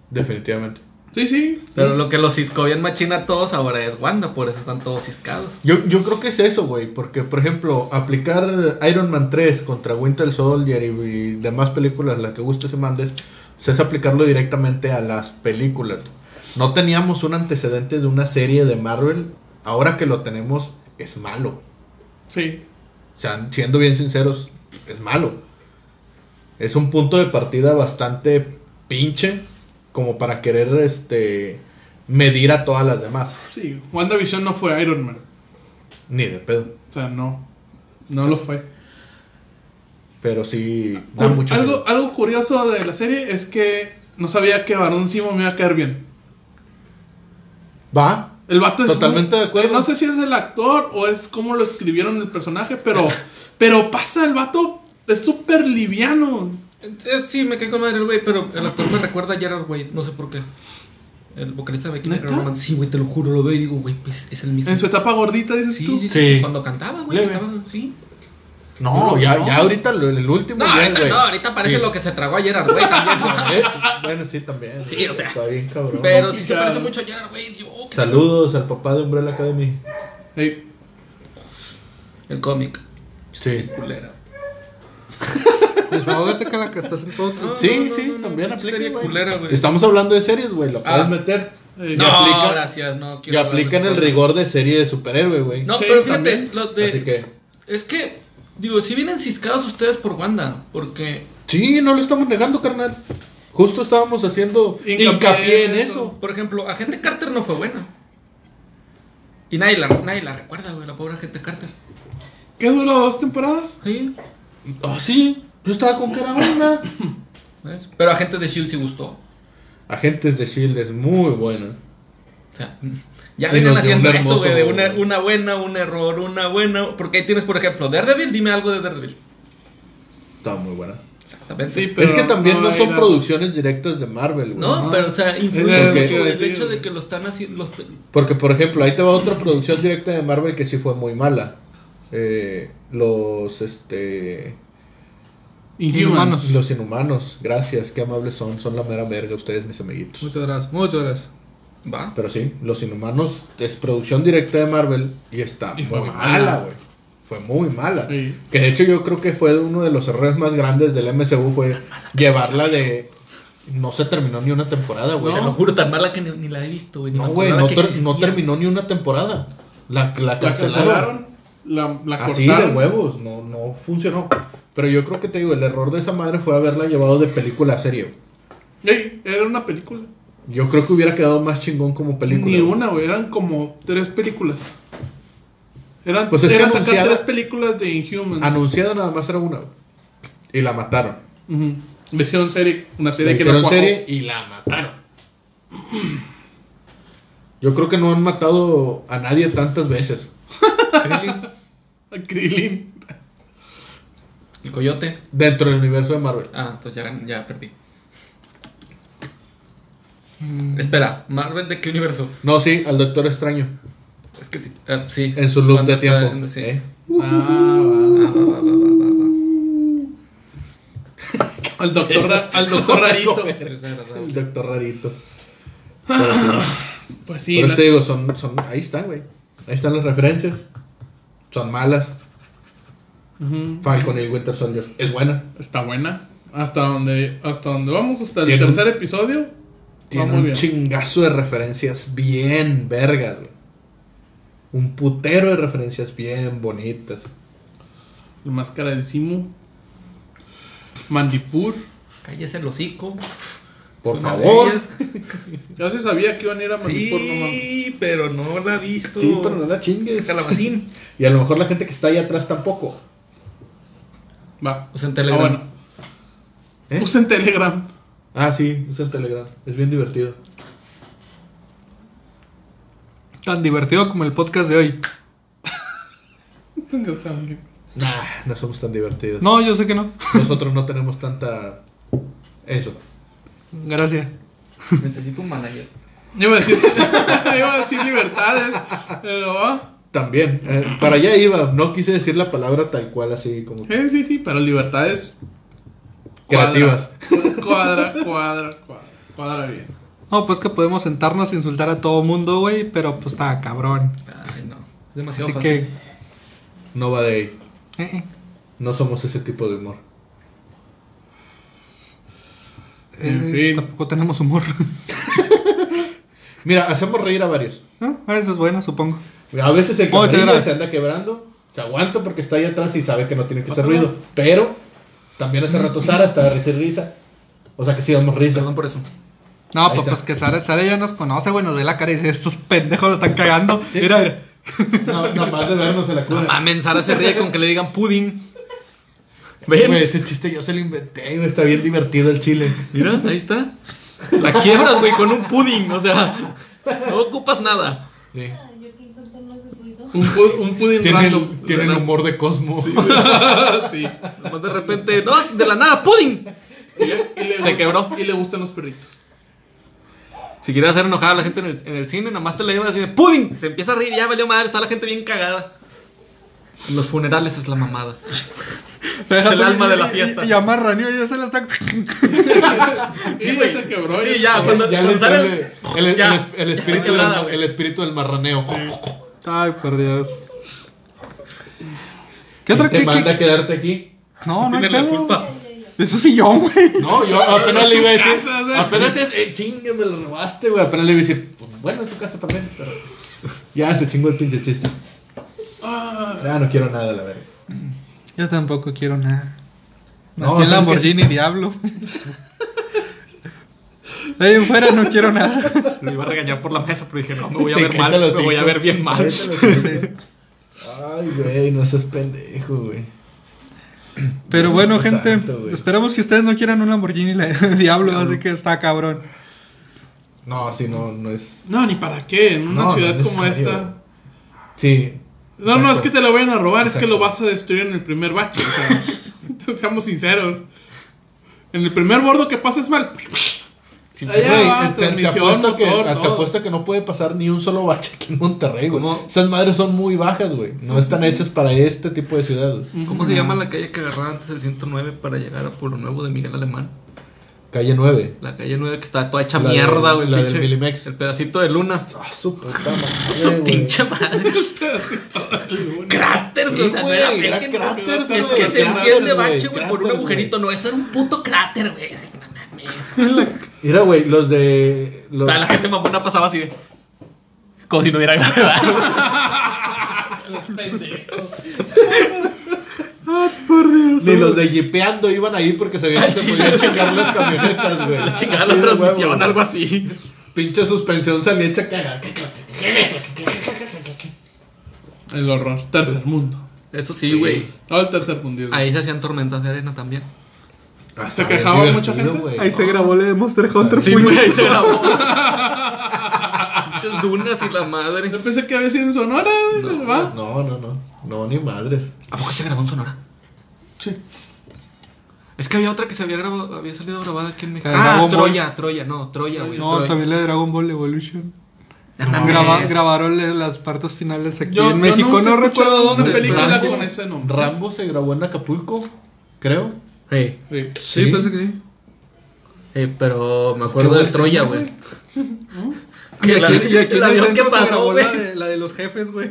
C: Definitivamente.
A: sí. sí.
D: Pero lo que los ciscó bien machina a todos ahora es Wanda, por eso están todos ciscados.
C: Yo, yo creo que es eso, güey. Porque, por ejemplo, aplicar Iron Man 3 contra Winter Soldier y, y demás películas, la que guste se mandes, o sea, es aplicarlo directamente a las películas. No teníamos un antecedente de una serie de Marvel. Ahora que lo tenemos, es malo.
A: sí.
C: O sea, siendo bien sinceros, es malo. Es un punto de partida bastante pinche como para querer este medir a todas las demás.
A: Sí, WandaVision no fue Iron Man.
C: Ni de pedo.
A: O sea, no. No lo fue.
C: Pero sí da
A: Cu-
C: mucho
A: algo,
C: miedo.
A: algo curioso de la serie es que no sabía que Barón Simo me iba a caer bien.
C: Va.
A: El vato es.
C: Totalmente de acuerdo.
A: que No sé si es el actor o es cómo lo escribieron el personaje, pero. pero pasa, el vato es súper liviano.
D: Eh, sí, me cae con madre el güey, pero el actor me recuerda a Gerard Way, no sé por qué. El vocalista de Bikini
A: ¿Neta?
D: Roman. Sí, güey, te lo juro, lo veo y digo, güey, pues es el mismo.
A: En su etapa gordita, dices
D: Sí,
A: tú.
D: sí, sí,
C: Sí.
D: pues cuando cantaba, güey,
C: Leve.
D: estaba, sí.
C: No,
A: No,
C: ya,
A: no.
C: ya ahorita lo- el último.
D: No,
C: ya,
D: ahorita,
C: güey.
D: no, ahorita parece
C: Sí.
D: lo que se tragó a Gerard Way también.
C: Eh, Bueno, sí, también.
D: Sí, o sea.
C: Está bien, cabrón.
D: Pero sí se
A: Complicado.
D: parece mucho a Gerard Way, yo. oh, qué
C: Saludos al papá de Umbrella Academy.
A: Ey,
D: chido. El cómic.
C: Sí.
D: Culera.
B: Desahógate, cala, que estás en todo. tu-
C: Sí, sí, también aplica.
D: Serie
C: güey.
D: culera, güey.
C: Estamos hablando de series, güey. Lo
D: Ah.
C: puedes meter.
A: ey.
D: No,
C: Y aplica-
D: gracias, no
C: Y aplican el
D: rigor
C: rigor de serie de superhéroe, güey.
D: No,
A: Sí,
D: pero fíjate,
A: también.
D: lo de-
C: Así que.
D: es que, digo, si vienen ciscados ustedes por Wanda, porque...
C: Sí, no lo estamos negando, carnal. Justo estábamos haciendo
A: Hincapié
C: hincapié,
A: en
C: en
A: eso.
C: eso.
D: Por ejemplo, Agente Carter no fue buena. Y nadie la, nadie la recuerda, güey, la pobre Agente Carter.
A: ¿Qué duró dos temporadas?
D: Sí,
C: Ah, sí. Yo estaba con que era buena.
D: ¿ves? Pero Agente de S.H.I.E.L.D. E sí gustó. O
C: Agentes de Shield E es muy buena.
D: sea, ya
C: Y
D: vienen
C: nos dio
D: haciendo
C: un
D: eso,
C: hermoso-
D: güey, de una, una buena, un error, una buena... Porque ahí tienes, por ejemplo, Daredevil, dime algo de Daredevil.
C: Está muy buena.
D: Exactamente.
A: Sí, pero
C: es que también no, son
A: era-
C: producciones directas de Marvel, güey.
D: no, pero o sea, influye
A: Era
C: lo que
D: mucho
A: iba a
D: el
A: decir,
D: hecho de
A: güey.
D: que lo están haciendo... los-
C: Porque, por ejemplo, ahí te va otra producción directa de Marvel que sí fue muy mala. Eh, los, este...
A: Inhumans.
C: Los inhumanos. Gracias, qué amables son. Son la mera verga ustedes, mis amiguitos.
B: Muchas gracias, muchas gracias.
D: Va.
C: Pero sí, Los Inhumanos es producción directa de Marvel y está
A: Y fue
C: muy
A: mala.
C: mala, güey. Fue muy mala.
A: Sí.
C: Que de hecho yo creo que fue uno de los errores más grandes del MCU fue llevarla de... No se terminó ni una temporada, güey.
D: Te lo juro, tan mala que ni, ni la he visto, güey. ni
C: No,
D: me
C: güey,
D: acordaba
C: no,
D: que
C: ter-
D: existía.
C: no terminó ni una temporada. La, la
A: La
C: cancelaron.
A: cancelaron. La, la
C: Así de
A: cortaron.
C: huevos, no, no funcionó. Pero yo creo que te digo, el error de esa madre fue haberla llevado de película a serie. güey.
A: Ey, era una película.
C: Yo creo que hubiera quedado más chingón como película.
A: Ni
C: güey.
A: una, güey. Eran como tres películas. Eran,
C: Pues es que
A: era sacar
C: anunciada-
A: tres películas de Inhumans.
C: Anunciada nada más era una. güey. Y la mataron.
A: Ujú. Le hicieron serie. Una
C: Le
A: serie que no
C: hicieron
A: cuajó.
C: serie y la mataron. Yo creo que no han matado a nadie tantas veces.
A: A Krillin.
D: El coyote.
C: Dentro del universo de Marvel.
D: Ah, entonces ya, gan- ya perdí.
C: Mm.
D: Espera, ¿Marvel de qué universo?
C: No, sí, al Doctor Extraño.
D: Es que sí. eh, sí.
C: En su loop
D: Cuando
C: de
D: está
C: tiempo.
D: en- sí.
C: ¿eh?
A: Ah,
D: Ah, va, va, va, va,
A: va. Al doctor, ra- al doctor rarito.
D: va, va.
C: El Doctor Rarito. Pero, sí,
A: Pues sí,
C: Por
A: la-
C: eso te digo, son, son, ahí están, güey. Ahí están las referencias. Son malas.
A: Ujú.
C: Falcon y el Winter Soldier es buena.
A: está buena. Hasta donde, hasta donde vamos, hasta el
C: Tiene un-
A: tercer episodio.
C: Tiene
A: muy
C: un
A: bien.
C: chingazo de referencias bien vergas, güey. Un putero de referencias bien bonitas.
A: La máscara del Simu. Mandipur.
D: Cállese el hocico.
C: Por
D: Son
C: favor.
D: leyes.
A: Ya se sabía que iban a ir a Mandipur, no mames.
D: Sí, pero no la ha visto.
C: Sí, pero no la chingues.
D: Calabacín.
C: Y a lo mejor la gente que está ahí atrás tampoco.
A: Va.
D: Pues en Telegram.
A: Ah, bueno.
C: ¿Eh?
A: Puse en Telegram.
C: Ah, sí, usa Telegram. Es bien divertido.
B: Tan divertido como el podcast de hoy.
A: Ya saben.
C: Nah, no somos tan divertidos.
B: No, yo sé que no.
C: Nosotros no tenemos tanta. Eso.
B: Gracias.
D: Necesito un manager.
A: Yo iba a decir, iba a decir libertades, pero va.
C: También. eh, para allá iba. No quise decir la palabra tal cual, así como.
A: Sí, sí, sí, pero libertades
C: Creativas.
A: Cuadra, cuadra, cuadra, cuadra bien.
B: No, pues que podemos sentarnos e insultar a todo mundo, güey, pero pues está cabrón.
D: Ay, no. Es demasiado
B: Así
D: fácil.
B: que...
C: No va de ahí.
B: eh, eh.
C: No somos ese tipo de humor.
A: En
B: Eh,
A: fin.
B: Tampoco tenemos humor.
C: Mira, hacemos reír a varios.
B: ¿No? Ah, Eso es bueno, supongo.
C: A veces el
B: Muchas
C: camarilla
B: gracias.
C: se anda quebrando, se aguanta porque está ahí atrás y sabe que no tiene que hacer ruido. Pero también hace rato Sara está de risa y risa. O sea que sí damos risa.
D: Perdón por eso.
B: No,
C: Ahí
B: pues,
C: está.
B: pues que Sara, Sara ya nos conoce, güey, nos ve la cara y dice, estos pendejos lo están cagando. mira, mira.
C: No, nada más de vernos se la
D: No
C: cura.
D: mamen, Sara se ríe con que le digan pudding.
C: Güey,
D: Ven.
C: ese chiste yo se lo inventé, güey, está bien divertido el chile.
D: Mira, ahí está. La quiebras, güey, con un pudding. O sea, no ocupas nada.
F: Yo que intenté no hacer ruido.
A: Un, pu- un pudín random.
C: tiene el humor de Cosmo.
A: Sí.
D: Nomás de repente, no, de la nada, pudding.
A: Y, le- y le
D: Se quebró.
A: Y le gustan los perritos.
D: Si quieres hacer enojar a la gente en el, en el cine, nada más te la llevas así de pudding. Se empieza a reír, ya valió madre, está la gente bien cagada. En los funerales es la mamada. Es el alma de la fiesta.
B: Y, y a Marranio ya se lo está...
A: Sí, ya se quebró.
D: Sí,
A: ya.
D: ya, Ah, cuando,
C: Ya
D: cuando
C: le
D: sale
C: sale el, el- el-
D: ya,
C: el
D: ya está
C: espíritu
D: quebrada,
C: del,
D: güey.
C: el espíritu del marraneo.
B: Ay, por Dios. ¿Qué
C: ¿Qué
B: otra?
C: te
B: ¿Qué,
C: manda
B: qué?
C: a quedarte aquí?
B: No, no hay
D: Tiene la
B: pedo.
D: culpa.
B: Es un sillón, güey.
C: No, yo apenas le iba a decir.
A: casa, o sea.
C: apenas es, eh, chinga, me lo robaste, güey. Apenas le iba a decir, pues, bueno, es su casa también, pero. Ya se chingó el pinche chiste.
D: Ah.
C: Ya no quiero nada, la verga.
B: Yo tampoco quiero nada. Más
C: No,
B: que el
C: ¿sabes qué?
B: Lamborghini Diablo. Ahí en fuera no quiero nada.
D: Lo iba a regañar por la mesa, pero dije, no, me voy a
C: Sí,
D: ver mal,
C: cállate los
D: me voy a
C: hijos.
D: ver bien mal.
C: Cállate los hijos. Ay, güey, no seas pendejo, güey.
B: Pero bueno,
C: Dios
B: gente,
C: santo, güey.
B: esperemos que ustedes no quieran un Lamborghini la- Diablo, así que está cabrón.
C: No, sí, no, no es.
A: No, ni para qué. En una
C: No, no
A: ciudad
C: es
A: como
C: necesario.
A: esta.
C: Sí.
A: No, no, es que te lo vayan a robar, es que
C: Exacto.
A: lo vas a destruir en el primer bache. O sea, seamos sinceros. En el primer bordo que pases mal.
C: Güey, eh,
A: Allá va,
C: te, te
A: transmisión,
C: apuesto que,
A: motor,
C: te
A: todo.
C: apuesto que no puede pasar ni un solo bache aquí en Monterrey, güey.
D: ¿Cómo?
C: Esas madres son muy bajas, güey. No están hechas para este tipo de ciudad, güey.
D: ¿Cómo se llama la calle que agarraba antes el 109 para llegar a Pueblo Nuevo de Miguel Alemán?
C: Calle 9.
D: La calle 9 que está toda hecha
C: La de-
D: mierda, güey.
C: la del
D: pinche-
C: Milimex.
D: El pedacito de luna.
C: Ah, su puta
D: Su
C: madre, güey.
D: pinche madre. Cráteres, güey. o sea,
C: Sí,
D: no era-
C: güey,
D: es
C: era
D: que,
C: cráteres,
D: es
C: güey,
D: que se
C: cráteres,
D: entiende
C: güey,
D: bache, güey, por un
C: cráteres,
D: agujerito. No, eso era un puto cráter, güey. Ay, No mames.
C: Mira, güey, los de. Los...
D: La, la gente mamona pasaba así de. Como si no hubiera gravedad.
C: Ni los de Jeepeando iban ahí porque sabían que se podían chingar las camionetas, güey.
D: La chingada la
C: Sí, güey,
D: transmisión,
C: güey.
D: algo así.
C: Pinche suspensión salía hecha cagar.
A: El horror. Tercer mundo.
D: Eso sí, güey.
A: No, el tercer mundo.
D: Ahí se hacían tormentas de arena también.
A: ¿Se quejaba mucha gente?
B: Ahí se grabó la de Monster Hunter.
D: Sí,
B: puño.
D: güey, ahí se grabó. Muchas dunas y la madre.
A: Yo pensé que había sido en Sonora, ¿va?
C: No, no, no. No, ni madres.
D: ¿A poco se grabó en Sonora?
A: Sí.
D: Es que había otra que se había grabado, había salido grabada aquí en México.
B: La de
D: Ah,
B: Dragon Ball.
D: Troya, Troya, no, Troya, güey.
B: No,
D: Troya.
B: también la de Dragon Ball Evolution.
D: No mames.
B: Graba- grabaron le- las partes finales aquí
A: Yo-
B: en
A: yo
B: México.
A: nunca
B: No
A: he escuchado
B: recuerdo
A: una
B: dónde.
A: película
B: pero-
A: con ese nombre.
C: Rambo se grabó en Acapulco, creo.
D: Hey.
A: Sí.
B: Sí, parece que sí.
D: Eh, pero me acuerdo de Troya, güey.
B: Y
D: Que la-
B: aquí, y aquí en
D: el
B: el
D: avión que
B: centro se
D: pasó,
B: grabó
D: güey.
B: la de, la de los jefes, güey.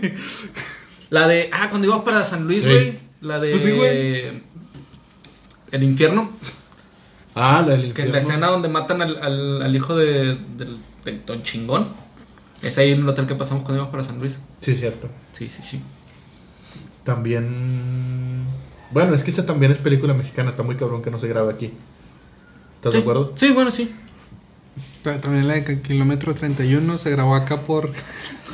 D: La de. Ah, cuando ibas para San Luis,
E: Sí.
D: güey. La de.
B: Pues sí, güey.
D: El infierno.
C: Ah, la del
D: Que
C: infierno.
D: en la escena donde matan al, al, al hijo de, del, del Don Chingón. Es ahí en el hotel que pasamos cuando íbamos para San Luis.
C: Sí, cierto.
D: Sí, sí, sí.
C: También. Bueno, es que esa también es película mexicana. Está muy cabrón que no se grabe aquí. ¿Estás
D: Sí.
C: de acuerdo?
D: Sí, bueno, sí.
B: Ta- También la de que- kilómetro 31 se grabó acá por.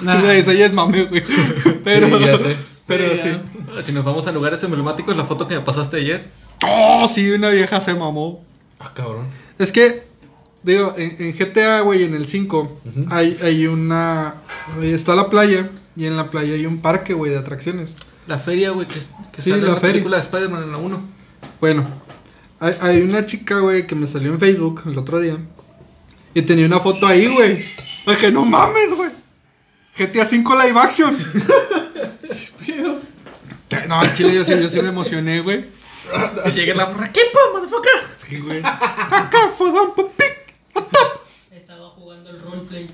B: Nah. Eso ya es mame, güey. Pero.
C: Sí, ya sé.
B: Pero
A: Sí,
B: sí.
A: ya.
D: Si nos vamos a lugares emblemáticos, la foto que me pasaste ayer.
B: Oh, sí, una vieja se mamó.
C: Ah, cabrón.
B: Es que, digo, en, en GTA, güey, en el 5,
C: Ujú.
B: hay, hay una. ahí Está la playa, y en la playa hay un parque, güey, de atracciones.
D: La feria, güey, que, que
B: Sí,
D: sale
B: la
D: en la
B: feria.
D: película de Spider-Man en la 1.
B: Bueno, hay, hay una chica, güey, que me salió en Facebook el otro día. Y tenía una foto ahí, güey. Dije, no mames, güey. GTA 5 Live Action.
A: Pero,
B: no, al chile, yo sí, yo sí me emocioné, güey.
D: Y llega la morra. ¡Kipa, motherfucker!
B: Sí, güey. Acá fue Don Popic.
F: Estaba jugando el roleplay.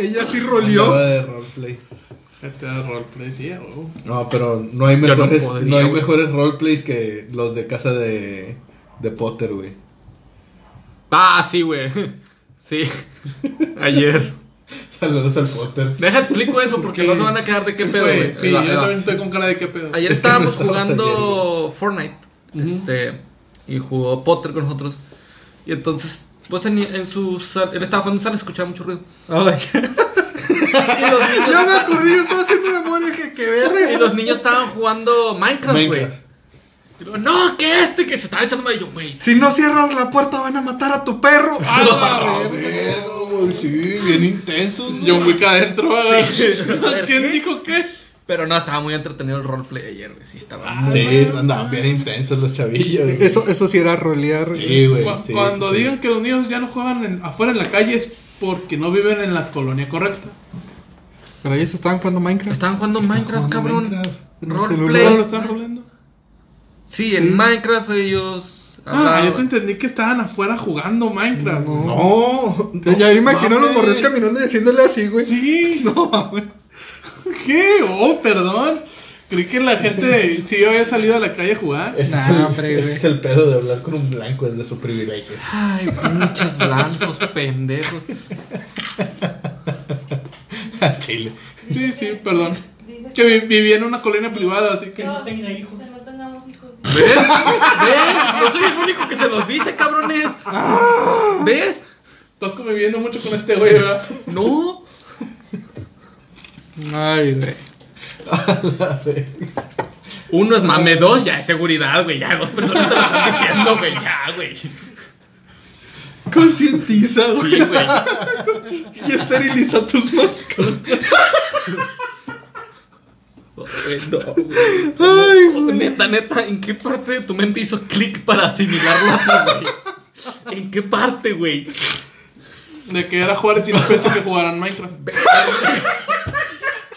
B: Ella sí roleó.
C: Andaba de roleplay.
A: este era roleplay, sí, a huevo.
C: No, pero no hay
D: Yo no
C: mejores, no,
D: podría,
C: hay
D: güey.
C: mejores roleplays que los de casa de, de Potter, güey.
D: Ah, sí, güey. Sí. Ayer.
C: Saludos al Potter.
D: Déjate explico eso porque no se van a quedar de qué pedo,
A: Güey,
D: güey.
A: Sí,
D: Ahí va, ahí
A: yo
D: va.
A: también estoy con cara de qué pedo.
D: Ayer
C: Es que no
D: estábamos
C: estabas
D: jugando Fortnite.
A: Ujú.
D: Este. Y jugó Potter con nosotros. Y entonces, pues tenía en su sala. Él estaba jugando en sala, escuchaba mucho ruido. Y los niños,
B: Ya me
D: esta-
B: acordé, yo estaba haciendo memoria que que verga.
D: y los niños estaban jugando Minecraft, güey.
C: Minecraft.
D: Y luego, No, que este que se estaba echando mal. Y yo, güey.
B: Si no cierras la puerta van a matar a tu perro. A la verga.
C: A ver, güey, sí, bien intenso, ¿no?
A: John Wick adentro, ¿verdad?
D: ver,
A: ¿Quién
D: ¿qué?
A: dijo qué?
D: Pero no, estaba muy entretenido el roleplay ayer, güey. Sí, estaba
C: Ah.
D: muy.
C: Sí, andaban bien intensos los chavillos. güey.
B: Eso, eso sí era rolear.
C: Sí, güey.
A: Cu-
C: sí,
A: Cuando
C: sí, sí.
A: digan que los niños ya no juegan en- afuera en la calle es porque no viven en la colonia correcta.
B: Pero ellos estaban jugando Minecraft.
D: Estaban jugando Minecraft,
C: jugando
D: cabrón.
C: Minecraft.
B: En el
D: Roleplay.
B: Play.
A: ¿No lo están hablando?
D: Sí, en Minecraft ellos.
A: Ah,
D: hablaban.
A: yo te entendí que estaban afuera jugando Minecraft.
B: No.
C: No, no
B: ya me imagino a los
C: mames.
B: morros caminando y diciéndole así, güey.
A: Sí,
B: No, mames.
A: ¿qué? Oh, perdón. Creí que la gente sí había salido a la calle a jugar.
C: Ese
B: Nah,
C: es, el,
B: hombre,
C: ese
B: güey.
C: es el pedo de hablar con un blanco, es de su privilegio.
D: Ay, pinches blancos, pendejos.
C: A Ah, Chile.
A: Sí, sí, perdón.
F: Dice
A: Que vi- vivía en una colonia privada, así que...
F: no,
E: tenga hijos.
F: Que no tengamos hijos.
D: ¿Ves? ¿Ves? No soy el único que se los dice, cabrones. ¿Ves?
A: Estás conviviendo mucho con este güey, ¿verdad?
D: No.
B: Ay, güey.
D: Uno es mame, dos ya es seguridad, güey. Ya dos personas te lo están diciendo, güey. Ya, güey.
B: Concientiza, güey.
D: Sí, güey.
B: Y esteriliza tus mascotas.
D: Güey, No, güey.
B: Ay,
D: Neta, neta, ¿en qué parte de tu mente hizo clic para asimilarlo así, güey? ¿En qué parte, güey?
A: De que era Juárez y no pensé que jugaran Minecraft.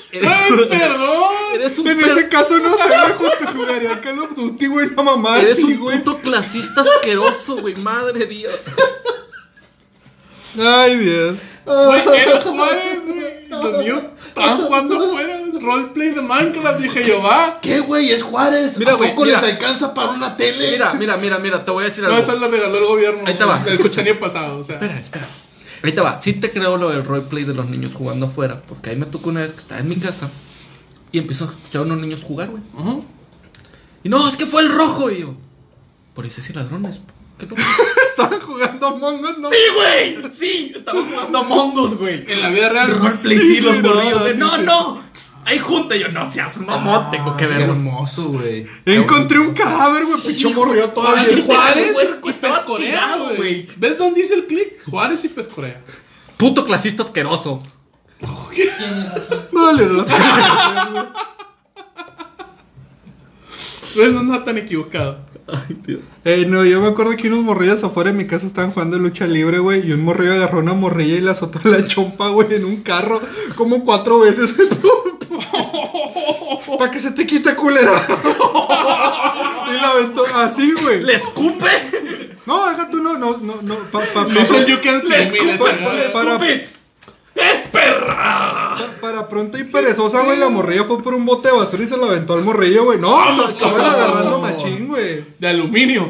D: Eres,
A: ¡Ay, perdón!
D: eres un
B: En
D: per-
B: ese caso no sé, mejor te jugaría Call of Duty, güey, no mamá.
D: Eres
B: sí,
D: un
B: güey.
D: puto clasista asqueroso, güey. Madre de Dios.
B: Ay, Dios.
A: Güey, era Juárez, güey. Los niños estaban jugando afuera. Roleplay de Minecraft, dije yo, va.
C: ¿Qué, güey? Es Juárez.
D: Mira,
C: ¿A
D: güey,
C: poco
D: mira.
C: les alcanza para una tele?
D: Mira, mira, mira, mira, te voy a decir
A: No,
D: algo.
A: esa la regaló el gobierno.
D: Ahí te va,
A: El
D: escucha.
A: sexenio pasado, o sea.
D: Espera, espera. Ahí te va. Sí te creo lo del roleplay de los niños jugando afuera. Porque ahí me tocó una vez que estaba en mi casa y empiezo a escuchar a unos niños jugar, güey.
A: Ajá.
D: Y no, es que fue el rojo. Y yo, policías y ladrones. ¿Qué loco?
B: Estaban jugando Among Us, no.
D: ¡Sí, güey! ¡Sí! Estaba jugando a mongos, güey.
A: En la vida real,
D: Roleplay,
B: Sí,
D: sí, los
B: güey, no,
D: morrillos. de,
B: sí,
D: No,
B: sí.
D: no. Ahí junta. Y yo, no seas mamón, tengo que
C: Ay,
D: verlos.
C: hermoso, güey.
B: Encontré un cadáver, güey, picho morrió todavía.
D: Oye,
A: Juárez
D: Huerco
A: y
D: estaba
A: Pescorea,
D: tirado,
A: güey.
D: güey.
A: ¿Ves dónde dice el click? Juárez y Pescorea.
D: Puto clasista asqueroso.
B: Vale, no sé.
A: Ustedes no están tan equivocados.
B: Eh, no, yo me acuerdo que unos morrillos afuera de mi casa estaban jugando lucha libre, güey. Y un morrillo agarró una morrilla y la azotó en la chompa, güey, en un carro. Como cuatro veces, güey. Para que se te quite culera. y la aventó así, güey.
D: ¡Le escupe!
B: No, deja tú, no, no, no, no. Pa, pa-
A: No
B: pa-
A: soy you can see me, la
B: pa-
A: chingada.
B: para,
A: ¡Eh,
B: pa- para pronto y perezosa, güey, la morrilla fue por un bote de basura y se la aventó al morrillo, güey. No, nos estaban agarrando machín, güey.
A: De aluminio.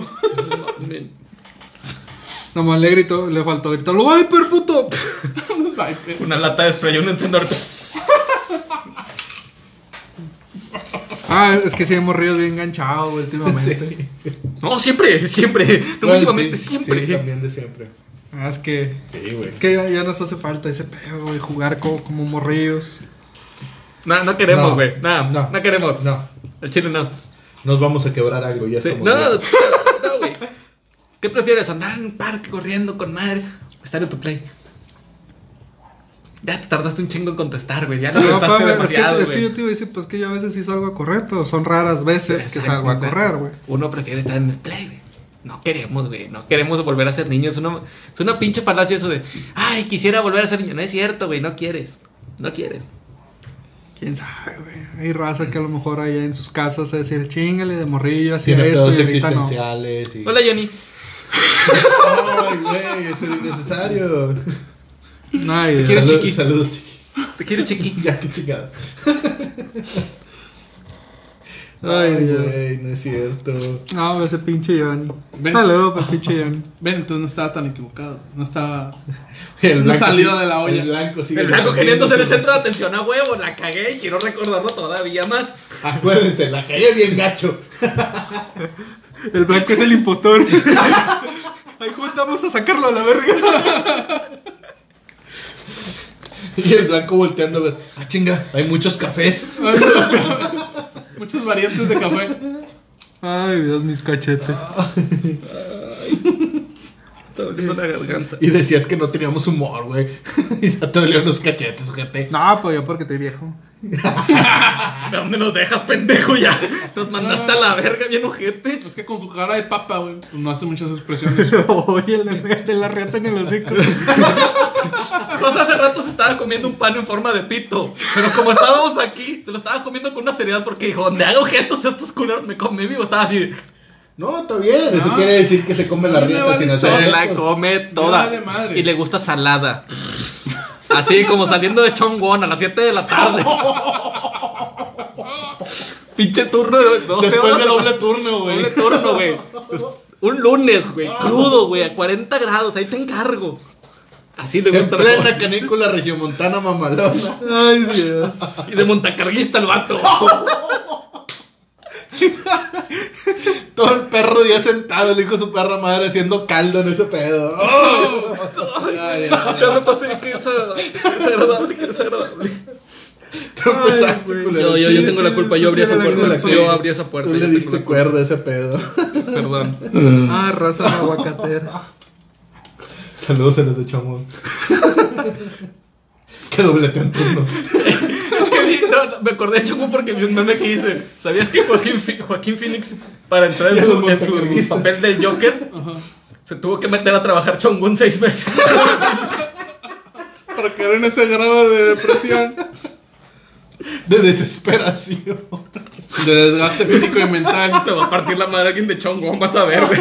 B: Nomás le gritó, le faltó gritarlo, ¡Viper, puto!
A: Viper.
E: Una lata de spray y un encendedor.
B: Ah, es que sí, hemos ríos bien enganchado güey, últimamente.
D: No, siempre, siempre.
C: Bueno,
D: últimamente,
C: sí,
D: siempre.
C: sí, también de siempre.
B: Ah, es que,
C: Sí, güey.
B: es que ya, ya nos hace falta ese pedo, güey, jugar co- como morrillos.
D: No, no queremos,
C: No,
D: güey. No,
C: no.
D: no, queremos.
C: No,
D: El chile no.
C: nos vamos a quebrar algo, ya
D: Sí,
C: estamos.
D: no,
C: viejos.
D: no, güey. ¿Qué prefieres? ¿Andar en un parque corriendo con madre o estar en tu play? Ya te tardaste un chingo en contestar, güey. Ya lo
B: No,
D: pensaste
B: pa, es, que,
D: demasiado,
B: es que
D: güey.
B: yo te iba a decir, pues que yo a veces sí salgo a correr, pero son raras veces que
D: Exacto,
B: salgo a
D: exacto.
B: correr, güey.
D: Uno prefiere estar en el play, güey. No queremos, güey. No queremos volver a ser niños. Es una, es una pinche falacia eso de, ay, quisiera volver a ser niño. No es cierto, güey. No quieres. No quieres.
B: Quién sabe, güey. Hay raza que a lo mejor allá en sus casas se decir, chingale de morrillo, así
C: Tiene
B: esto,
C: pedos
B: y ahorita no.
C: existenciales y...
D: Hola, Johnny.
C: Ay, güey, eso era innecesario.
B: Ay,
D: ¿Quieres
C: Salud-
D: chiqui?
C: Saludos, chiqui.
D: Te quiero, chiqui.
C: Ya, qué chingadas.
B: ay, Dios.
C: güey, no es cierto.
B: No, ese pinche Johnny.
A: Ven.
B: Saludos para el pinche Johnny.
A: Ven, entonces no estaba tan equivocado. No estaba.
C: El
A: No salió de la olla.
C: El blanco sigue.
D: El blanco
C: también.
D: queriendo ser el centro de atención a huevo. La cagué y quiero recordarlo todavía más.
C: Acuérdense, la cagué bien gacho.
B: El blanco es el impostor. Ahí juntamos a sacarlo a la verga.
C: Y el blanco volteando a ver. Ah, chinga, hay muchos cafés.
A: Muchas variantes de café.
B: Ay, Dios, mis cachetes.
D: Está doliendo la garganta.
C: Y decías que no teníamos humor, güey. Y ya te dolieron los cachetes, gente.
B: No, pues yo porque estoy viejo.
D: ¿A Ah, dónde nos dejas, pendejo? Ya nos mandaste a la verga, bien ojete.
A: Es Pues que con su cara de papa, güey, pues no hace muchas expresiones.
B: Oye, el de, de la reta en el hocico.
D: Rosa hace rato se estaba comiendo un pan en forma de pito. Pero como estábamos aquí, se lo estaba comiendo con una seriedad porque dijo: Donde hago gestos, estos culeros me comen vivo. Estaba así:
C: No, está bien. Eso
D: Ah.
A: No.
C: quiere decir que se come la
A: No me
C: rieta
A: vale
C: sin hacer.
A: todo.
D: Se la
C: gestos.
D: come toda.
A: vale madre.
D: Y le gusta salada. Así como saliendo de Chongwon a las 7 de la tarde. Pinche turno de 12
C: Después
D: horas.
C: del doble turno, güey.
D: Doble turno, güey. Pues, Un lunes, güey. Crudo, güey. A 40 grados. Ahí te encargo. Así le
C: En
D: gusta la
C: plena
D: cosa.
C: canícula regiomontana mamalona.
B: Ay, Dios.
D: Y de montacarguista el vato.
C: Todo el perro día sentado, el hijo de su perra madre haciendo caldo en ese pedo.
D: Ya me pasé. Qué desagradable. Qué desagradable. Qué desagradable.
C: Tú empezaste,
B: güey.
C: culero.
D: Yo, yo, yo tengo la culpa. Yo abrí esa
C: Tengo la
D: puerta.
C: culpa.
D: Yo abrí esa puerta.
C: Tú
D: yo
C: le
D: tengo
C: diste
D: la culpa.
C: cuerda a ese pedo.
D: Perdón.
B: Ah, raza de aguacatera.
C: Saludos a los de Chamo. que dobletean turno.
D: Es que vi, no, no, me acordé de Choco porque vi un meme que dice, ¿sabías que Joaquín, Fi- Joaquín Phoenix para entrar en su, en su papel del Joker se tuvo que meter a trabajar Chongun seis meses?
A: Para quedar en ese grado de depresión,
C: De desesperación.
A: de desgaste físico y mental.
D: Me va a partir la madre alguien de Chongun, vas a ver, güey.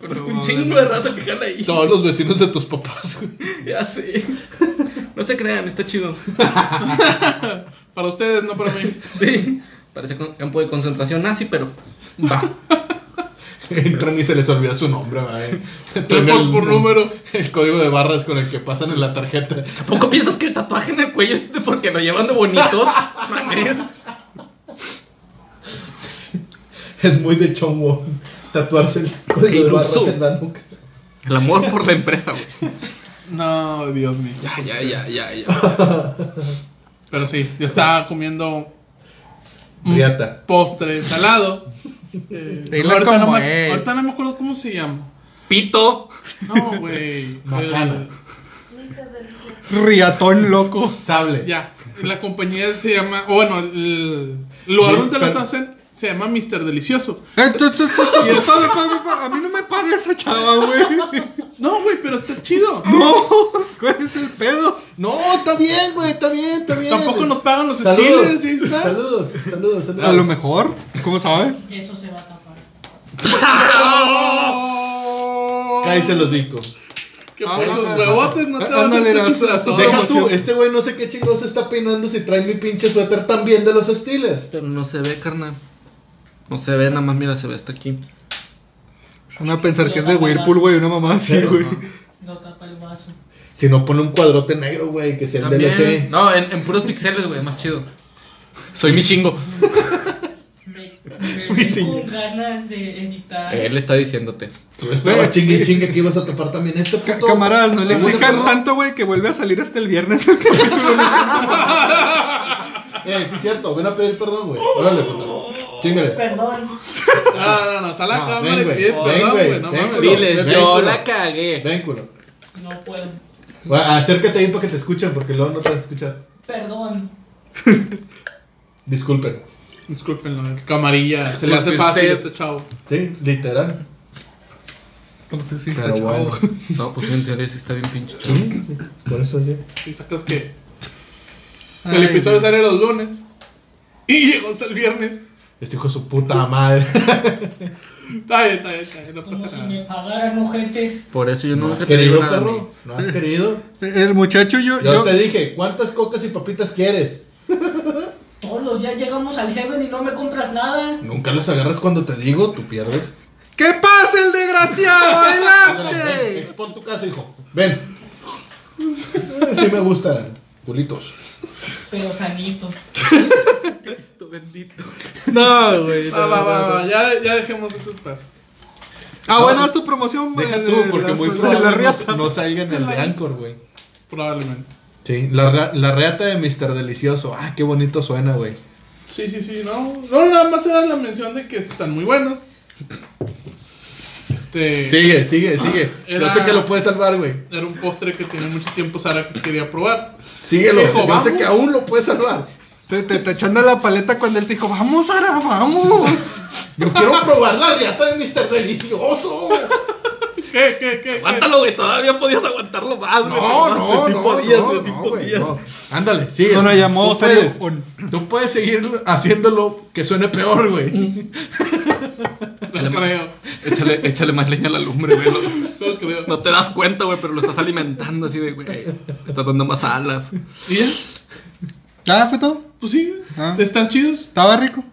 D: Conozco un chingo de raza que jala ahí.
C: Todos los vecinos de tus papás. güey.
D: Ya sé. No se crean, está chido.
A: Para ustedes, no para mí.
D: Sí. Parece con- campo de concentración nazi, pero va.
C: Entran y se les olvida su nombre, güey.
A: Por- por número.
C: El código de barras con el que pasan en la tarjeta.
D: ¿A poco piensas que el tatuaje en el cuello es de porque lo llevan de bonitos? Manes.
C: Es muy de chongo tatuarse el código de barras
D: Iluso.
C: en la nuca.
D: El amor por la empresa, güey.
A: No, Dios mío.
D: Ya, ya, ya, ya, ya.
A: Pero sí, yo estaba comiendo un
C: Riata.
A: postre salado. Eh,
B: Dilo
A: ahorita, no
B: como
A: me,
B: es.
A: ahorita no me acuerdo cómo se llama.
D: Pito.
A: No, güey.
C: Macana.
F: Mister Delicioso.
B: Riatón loco.
A: Eh,
C: Sable.
A: Ya. La compañía se llama. o Bueno, el el lugar
C: Sí,
A: donde las
C: pero-
A: hacen se llama Mr. Delicioso.
B: Entonces, y el sabe, pa- pa- pa- a mí no me paga esa chava, güey.
A: No, güey, pero está chido.
B: No, ¿cuál es el pedo?
C: No, está bien, güey, está bien, está bien.
A: Tampoco nos pagan los
C: Saludos,
A: Steelers, ¿sí está?
C: saludos, saludos, saludos.
B: A lo mejor, ¿cómo sabes?
F: Eso se va a tapar.
C: Cállese el hocico.
A: Que
B: Ah,
A: por
B: no,
A: los
B: no,
A: huevotes no te
B: Ah, ándale,
A: vas a
B: hasta- hasta-
A: chiflazón.
C: Deja tú,
B: emoción.
C: este güey no sé qué chingados se está peinando si trae mi pinche suéter también de los Steelers.
D: Pero no se ve, carnal. No se ve, nada más mira, se ve hasta aquí.
B: Van a pensar que es de Whirlpool, güey, una mamá así, güey.
G: No tapa el vaso.
C: Si no pone un cuadrote negro, güey, que sea el
D: También.
C: DLC.
D: No, en, en puros pixeles, güey, más chido. Soy mi chingo.
G: Me,
C: Mi
G: me
C: señor.
G: con ganas de editar.
D: Él está diciéndote.
C: Tú Pues, estaba
B: Güey.
C: chingue y chingue que ibas a topar también este
B: Ca-
C: puto.
B: Camaradas, no le
C: Bueno,
B: exijan
C: cabrón.
B: tanto, güey, que vuelve a salir hasta el viernes. el capítulo, no sé.
C: Eh, sí es cierto, ven a pedir perdón, güey. Órale, puta. Chingale.
G: Perdón.
A: Ah, No, no, no, sal a la
C: No,
A: cámara
C: ven,
A: y
C: güey.
A: pide
C: Ven,
A: perdón,
C: güey.
A: güey. No
C: Ven,
A: mames.
C: culo.
D: Diles,
C: Ven,
D: yo
C: culo.
D: la cagué.
C: Ven, culo.
G: No puedo.
C: Va, Acércate ahí para que te escuchen, porque luego no te vas a escuchar.
G: Perdón.
C: Disculpen.
A: Discúlpenlo, eh, camarilla. Se le hace
D: Disculpe
A: fácil a
D: usted.
A: este chavo.
C: Sí, literal.
B: Entonces sí, está
C: Pero
B: chavo.
C: bueno.
D: No, pues en teoría sí está bien pinche chido.
C: Sí, Por eso sí.
A: Y sacas que
B: Ay,
A: el episodio sale los lunes. Y llegó hasta el viernes.
C: Este hijo de su puta madre.
A: Está bien, está bien, está bien. No
G: Como si
A: pasa
G: me
A: nada.
G: pagaran ojetes.
D: Por eso yo
C: ¿No
D: no
C: has
D: te pedí
C: querido,
D: nada.
C: perro?
D: amigo.
C: ¿No has querido?
B: El muchacho, yo.
C: Yo
B: yo-
C: te dije, ¿cuántas cocas y papitas quieres?
G: Todos los días llegamos al 7 y no me compras nada.
C: Nunca las agarras cuando te digo, tú pierdes.
B: ¿Qué pasa, el desgraciado?
C: Ven,
B: ¡Adelante!
C: Expon tu caso, hijo. Ven. Sí me gusta, culitos.
G: Pero sanito.
B: No, güey. no,
A: Va, va, va,
B: no, no.
A: va, Ya, ya dejemos esos pedos.
B: Ah, bueno, es tu promoción, güey.
C: Deja
B: de-
C: tú,
B: de
C: porque
B: la-
C: muy
B: de la
C: probable
B: riata.
C: no, no salga en el de Anchor, güey.
A: Probablemente.
C: Sí, la, ra- la reata de Mr. Delicioso. Ah, qué bonito suena, güey.
A: Sí, sí, sí, no. No, nada más era la mención de que están muy buenos. Este.
C: Sigue, sigue, sigue.
A: Era-
C: Yo sé que lo puedes salvar, güey.
A: Era un postre que tenía mucho tiempo Sara que quería probar.
C: Síguelo.
A: Hijo,
C: Yo
A: vamos.
C: sé que aún lo puedes salvar.
B: Te, te, te echando la paleta cuando él te dijo, vamos, Sara, vamos.
C: Yo quiero probar la reata de Mr. Delicioso.
A: ¿Qué, qué, qué?
D: Aguántalo, güey. Todavía podías aguantarlo más, güey.
C: No,
D: Te mamaste,
C: no,
D: este sí
C: no,
D: podías,
C: no,
D: güey, sí
C: no, güey,
D: podías.
C: no. Ándale, sigue.
B: No, no, llamó
C: tú puedes,
B: Sergio On.
C: tú puedes seguir haciéndolo que suene peor, güey.
A: No creo.
D: Échale, échale más leña a la lumbre, güey. lo-
A: No creo.
D: No te das cuenta, güey, pero lo estás alimentando así de, güey. le Estás dando más alas.
A: ¿Y ya?
B: Ah, fue todo.
A: Pues sí, güey.
B: Ah.
A: Están chidos.
B: Estaba rico.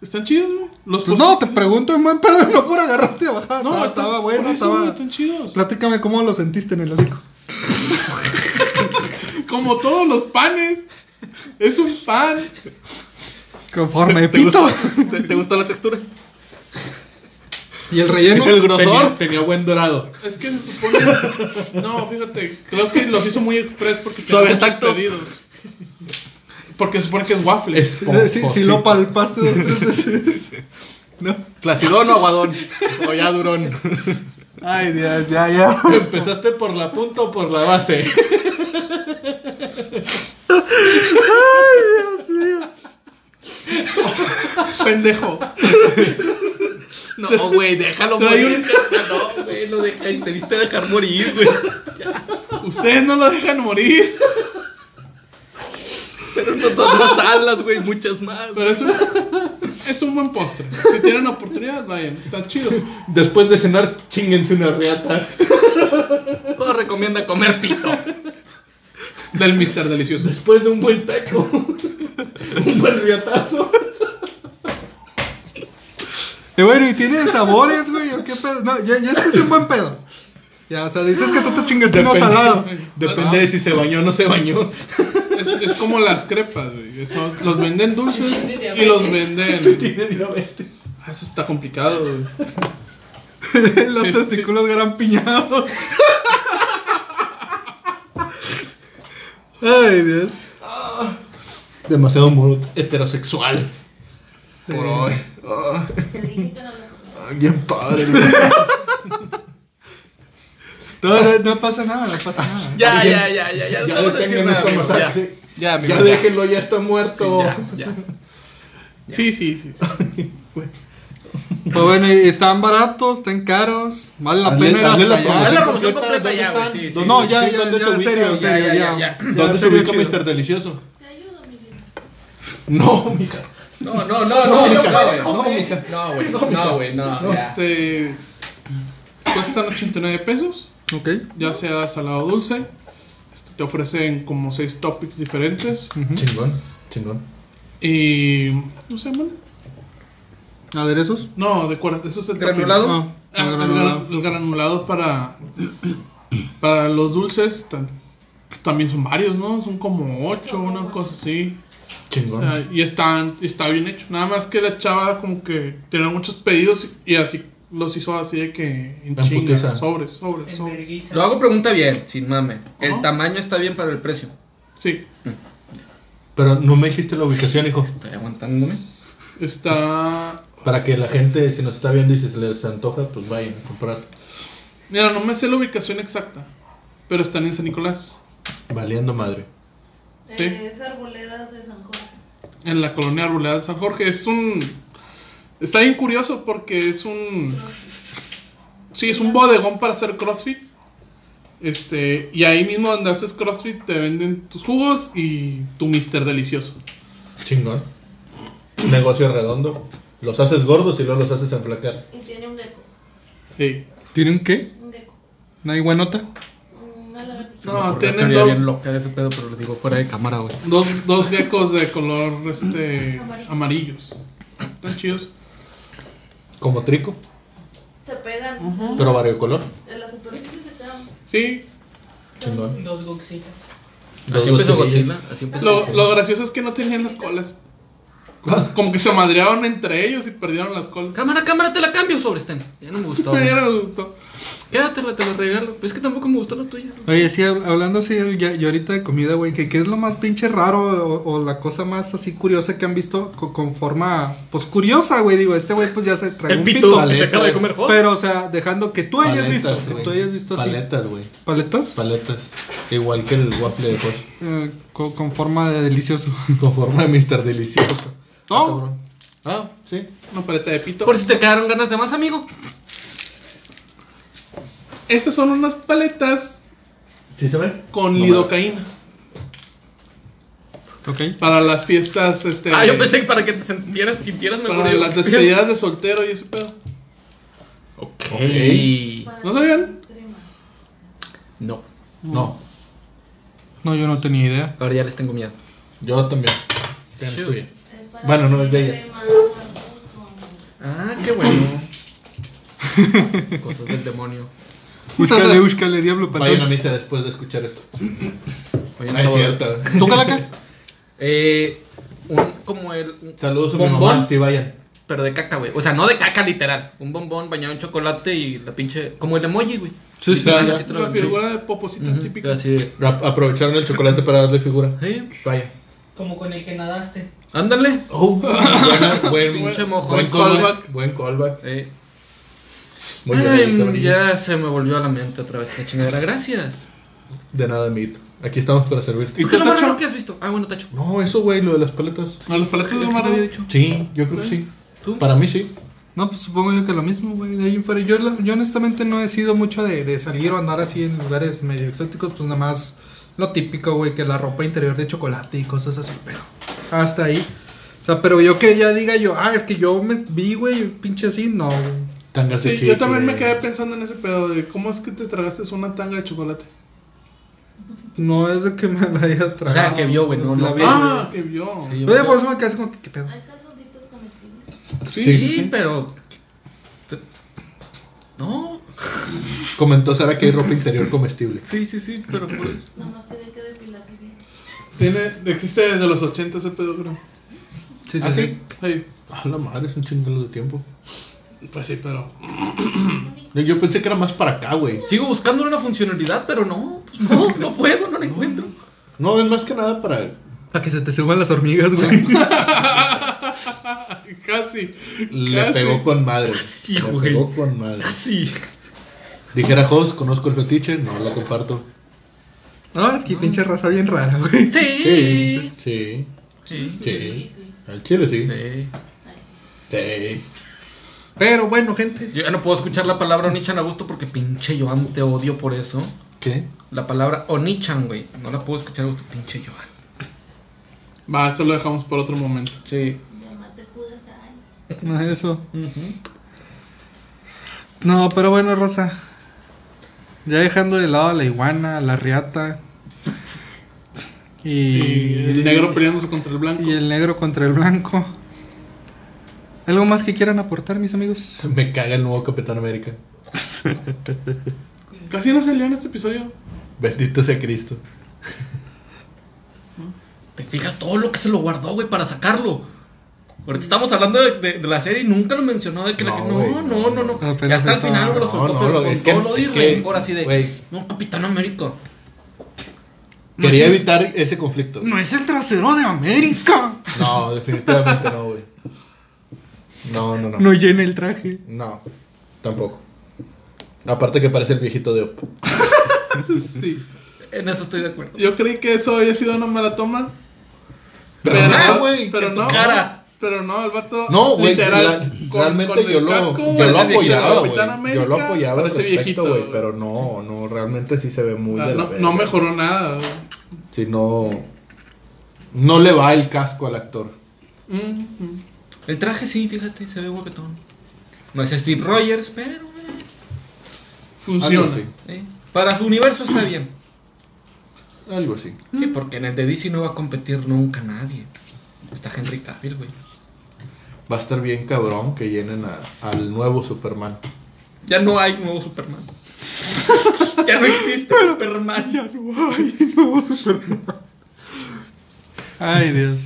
A: Están chidos, güey. Los postres-
B: Pues no, te pregunto, man, pero no por agarrarte de bajada.
A: No,
B: estaba,
A: están-
B: estaba
A: por
B: bueno,
A: eso, güey,
B: estaba.
A: Están chidos.
B: Platícame cómo lo sentiste en el hocico.
A: Como todos los panes. Es un pan.
B: Conforme, pito.
D: ¿Te, te gustó la textura?
B: Y el relleno.
D: El
C: Tenía,
D: grosor.
C: tenía buen dorado.
A: Es que se supone. No, fíjate. Creo que los hizo muy express porque tenía
D: Suave
A: muchos
D: tacto.
A: pedidos. Porque se supone que es waffle.
B: Eh, Si, si
C: Esponjosito.
B: lo palpaste dos, tres veces. No.
D: ¿Flacidón o aguadón? O ya durón.
B: Ay, Dios, ya, ya.
C: ¿Empezaste por la punta o por la base?
A: Pendejo.
D: No, güey, déjalo
A: Trae
D: morir. No, güey, lo dejaste. Te viste dejar morir, güey.
A: Ustedes no lo dejan morir.
D: Pero no todas más alas, güey, muchas más.
A: Pero es un, es un buen postre. Si tienen oportunidad, vayan. Está chido.
C: Después de cenar, chinguense una reata.
D: Todo recomienda comer pito.
A: Del Mister Delicioso.
C: Después de un buen taco. un buen riatazo.
B: Y bueno, y tiene sabores, güey. ¿o ¿Qué pedo? No, ya, ya este es un buen pedo. Ya, o sea, dices que tú te chingaste uno salado.
C: depende de si se bañó o no se bañó.
A: Es, es como las crepas, güey. Eso- Los venden dulces y
G: diabetes.
A: los
C: Si
A: venden.
C: tiene diabetes.
A: Ah, Eso está complicado, güey.
B: Los
A: Sí, sí.
B: testículos gran piñados. Ay, Dios.
C: Demasiado humor heterosexual. Por hoy. Ah,
F: Te dije que no me comía.
C: ah, bien padre. güey.
B: No, no, no pasa nada, no pasa nada.
D: Ya,
C: Alguien-
D: ya, ya, ya, ya. No
C: ya
D: te vas a decir
C: detengan
D: nada,
C: esta
D: amigo, ya.
C: masacre.
D: Ya, amigo,
C: Ya
D: ya.
C: déjenlo, ya está
D: Sí,
C: muerto.
D: ya, ya.
A: Sí, sí, sí.
B: Pues bueno, y están baratos, están caros. Vale la
C: Hazle-
B: pena ir
C: hazle
B: hasta allá.
C: la
D: Haz
C: promoción.
D: la promoción
C: completa,
D: completa ya, güey.
C: ¿dónde
D: Sí, sí.
C: están?
B: No, ya,
C: Sí,
B: ya,
C: ¿dónde
B: ya,
C: se
B: en
C: ubica?
B: serio, en
D: Ya,
B: serio,
D: ya,
B: ya.
D: ya, ya.
C: ¿Dónde se
B: se ve
C: ubica
B: chido.
C: Mr. Delicioso?
F: Te ayudo, mi vida.
C: No, mija.
D: No, no, no, no,
C: mija,
D: no, güey.
C: no, mija.
D: No, güey, no, güey, no, ya.
A: Este. Cuestan 89 pesos,
B: Ok.
A: ya sea salado o dulce. Este, te ofrecen como 6 topics diferentes.
B: Mm.
C: Chingón, chingón.
A: Y. ¿Cómo se llaman?
B: ¿Aderezos?
A: No, de cuar- eso es el
B: ¿Granulado?
A: topping. Ah,
B: Ah,
A: el,
B: granulado.
A: gran- el granulado para para los dulces tan- también son varios, ¿no? Son como ocho, una cosa así. O
C: Chingón.
A: sea, Ah, y están y está bien hecho. Nada más que la chava como que tenía muchos pedidos y así los hizo así de que en
C: En
A: chinga,
C: putiza.
A: sobres, sobres,
G: En
A: sobres.
G: vergüenza.
D: Lo hago pregunta bien, sin mame. ¿El
A: Ajá.
D: tamaño está bien para el precio?
A: Sí,
C: Pero no me dijiste la ubicación, hijo.
D: Estoy aguantándome.
A: está
C: Para que la gente, si nos está viendo y si se les antoja, pues vayan a comprar.
A: Mira, no me sé la ubicación exacta, pero están en San Nicolás,
C: Valiendo madre.
A: Sí.
F: Eh, Es Arboledas de San Jorge.
A: en la colonia Arboleda de San Jorge. Es un está bien curioso porque es un Sí, es un bodegón para hacer CrossFit. Este, y ahí mismo donde haces CrossFit te venden tus jugos y tu Mister Delicioso.
C: Chingón. Negocio redondo. Los haces gordos y luego los haces enflacar.
F: Y tiene un deco.
A: Sí.
B: ¿Tiene un qué?
F: Un deco.
B: ¿No hay guanota?
F: Una lagartija.
A: No,
D: Me ocurrió una
A: tienen
D: teoría
A: dos,
D: bien loca de ese pedo, pero lo digo fuera de cámara, güey.
A: dos, dos geckos de color este, amarillos. Están chidos.
C: Como trico,
F: Se pegan.
C: pero vario color.
F: De la superficie se quedan.
A: Sí.
C: Chingón.
G: Dos goxitas.
D: Así empezó
C: gotillas.
D: Godzilla. Así empezó
A: Lo,
D: Godzilla.
A: lo gracioso es que no tenían las colas. Como- Como que se madreaban entre ellos y perdieron las colas.
D: Cámara, cámara, te la cambio sobre este. Ya no me gustó.
A: Me
D: güey.
A: dieron gusto.
D: Quédatela, te la regalo. Pues es que tampoco me gustó la tuya.
B: Oye, sí, hab- hablando así, ya- y ahorita de comida, güey, que qué es lo más pinche raro o, o la cosa más así curiosa que han visto co- con, forma, pues curiosa, güey, digo, este güey pues ya se trae
D: El
B: un
D: pito
B: pito.
C: Vale.
D: que se acaba de comer hot.
B: Pero, o sea, dejando que tú hayas visto,
C: Paletas,
B: que
C: güey.
B: tú hayas visto así.
C: Paletas, güey.
B: ¿Paletas?
C: Paletas. Igual que el waffle de Josh.
B: Eh, co- con, forma de delicioso.
C: Con forma de Mr. Delicioso.
B: No.
C: Ah, cabrón. Ah, sí.
A: Una paleta de pito.
D: Por si te quedaron ganas de más, amigo.
A: Estas son unas paletas
C: ¿Sí se ve?
A: con
C: No,
A: lidocaína.
B: ok.
A: Para las fiestas, este.
D: Ah, yo pensé que para que te sintieras, sintieras mejor.
A: Para
D: yo-
A: las despedidas de soltero y ese pedo.
D: Ok.
F: para
A: ¿No sabían?
F: crema.
D: No.
C: No,
B: No, yo no tenía idea.
D: Ahora ya les tengo miedo.
C: yo también. Tienes
D: Sí.
C: tuya.
F: Es para
C: Bueno, no, es de ella.
F: crema, arroz
D: Ah, qué bueno. Cosas del demonio.
B: Úscale, úscale, diablo,
C: Vayan a
B: patrón.
C: misa después de escuchar esto.
D: Oye,
C: Ah,
D: un
C: es
D: sabor.
C: cierto.
D: ¿Tú, Calaca? Eh, un, como el... un
C: Saludos a mi
D: bombón,
C: mamá. Sí, vayan.
D: pero de caca, güey. O sea, no de caca, literal. Un bombón bañado en chocolate y la pinche... Como el emoji, güey.
B: Sí, sí,
D: Literal,
C: sí.
D: así te lo
A: Una
D: vendí.
A: figura de poposita
D: Ujú,
A: típica.
D: Así de-
C: A- Aprovecharon el chocolate para darle figura.
D: Sí,
C: Vayan.
G: Como con el que nadaste.
D: ándale.
C: Oh, buena- buen,
D: Pinche mojo.
C: buen callback. Buen callback.
D: Eh,
C: Muy
D: ay,
C: bien,
A: Em,
C: amiguito, amiguito.
D: ya se me volvió a la mente otra vez esta chingadera. Gracias.
C: De nada, amiguito. Aquí estamos para servirte.
A: ¿Y
D: ¿Y qué
A: tú,
D: es lo más
A: Tacho?
D: raro que has visto? Ah, bueno, Tacho.
C: No, eso, güey, lo de las paletas.
A: A las paletas de
D: Es que te
A: Omar.
D: había dicho.
C: Sí, yo
A: ¿Eh?
C: creo que sí.
D: ¿Tú?
C: Para mí sí.
B: No, pues supongo yo que lo mismo, güey. De ahí en fuera. Yo, la- yo honestamente no he sido mucho de, de salir o andar así en lugares medio exóticos, pues nada más lo típico, güey, que la ropa interior de chocolate y cosas así, pero hasta ahí. O sea, pero yo que ya diga yo, ah, es que yo me vi, güey, pinche así, no. güey.
C: Tangas de
A: Sí,
C: chicle.
A: yo también me quedé pensando en ese pedo de cómo es que te tragaste una tanga de chocolate.
B: No es de que me la haya tragado.
D: que vio, güey, no,
B: la
D: no.
B: vi.
A: Ah, que vio.
D: Sí,
B: Yo
D: yo-
B: de bolsa me quedé así como que, ¿qué pedo?
F: con- Hay calzoncitos con espinas.
A: Sí.
C: Sí.
D: Sí, pero. te- No.
C: Comentó Sara que hay ropa interior comestible.
D: Sí, sí, sí, pero pues.
F: Nada más que hay que depilarse bien.
A: Tiene, existe desde los 80 ese pedo, creo.
B: Sí,
C: ¿Ah, sí?
A: Sí. Ah,
C: A la madre, es un chingo de tiempo.
A: Pues sí, pero.
C: Yo- Yo pensé que era más para acá, güey.
D: Sigo buscando una funcionalidad, pero no. Pues no, no puedo, no la encuentro.
C: No, es más que nada para
B: Para que se te suban las hormigas, güey.
A: Casi.
C: Le
A: Casi.
C: pegó con madre.
D: Casi,
C: Le
D: güey.
C: pegó con madre.
D: Casi.
C: Dijera Jos, conozco el fetiche, no lo comparto.
B: No, es que pinche raza bien rara, güey.
D: Sí.
C: Sí. Sí.
D: Sí.
F: sí.
C: Al chile sí.
D: Sí.
C: Sí.
B: Pero bueno, gente.
D: Yo ya no puedo escuchar la palabra Onichan a gusto porque pinche Joan te odio por eso.
C: ¿Qué?
D: La palabra Onichan, güey. No la puedo escuchar a gusto, pinche Joan.
A: Va, eso lo dejamos por otro momento.
D: Sí.
F: Llámate Kudasai.
B: No, eso. No, pero bueno, Rosa. Ya dejando de lado a la iguana, a la riata.
A: Y,
B: Y,
A: el negro peleándose contra el blanco.
B: Y el negro contra el blanco. ¿Algo más que quieran aportar, mis amigos?
C: Me caga el nuevo Capitán América.
A: Casi no salió en este episodio.
C: Bendito sea Cristo.
D: Te fijas todo lo que se lo guardó, güey, para sacarlo. Ahorita estamos hablando de, de- de la serie y nunca lo mencionó de que la-
C: No,
D: no,
C: güey,
D: no,
C: no.
D: no, no,
B: Apenas
D: Ya hasta el
B: está-
D: final güey, lo
C: no,
D: soltó,
C: no,
D: pero
C: lo-
D: con
C: es que-
D: todo lo de
C: es que-
D: rencor así de.
C: güey.
D: No, Capitán América. No
C: Quería
D: es el-
C: evitar ese conflicto.
B: ¡No es el trasero de América!
C: No, definitivamente no, güey. No, no, no.
B: No llena el traje.
C: No, tampoco. Aparte que parece el viejito de Op.
A: Sí.
D: En eso estoy de acuerdo.
A: Yo creí que eso había sido una mala toma.
C: Pero no, güey.
A: Pero
D: en tu
A: no.
D: cara.
A: Pero no, el vato.
C: No, güey,
A: Literal.
C: la-
A: con-
C: realmente
A: con el
C: yo lo,
A: casco,
C: yo lo
A: parece viejito,
C: apoyaba, güey.
A: Capitán
C: Yo lo
A: América,
C: apoyaba al
A: parece
C: respecto, güey,
A: güey.
C: pero no, no, realmente sí se ve muy
A: Ah,
C: de la
A: no,
C: verga.
A: no mejoró nada. güey.
C: Si no, no le va el casco al actor.
A: Mm,
C: Ah,
A: mm.
D: El traje sí, fíjate, se ve guapetón. No es Steve Rogers, pero. güey,
A: Funciona.
C: Algo así.
D: eh, Para su universo está bien.
C: Algo así.
D: Sí, porque en el de DC no va a competir nunca nadie. Está Henry Cavill, güey.
C: Va a estar bien cabrón que llenen a- al nuevo Superman.
D: Ya no hay nuevo Superman. ya no existe Superman. Ya
B: Ay, Dios.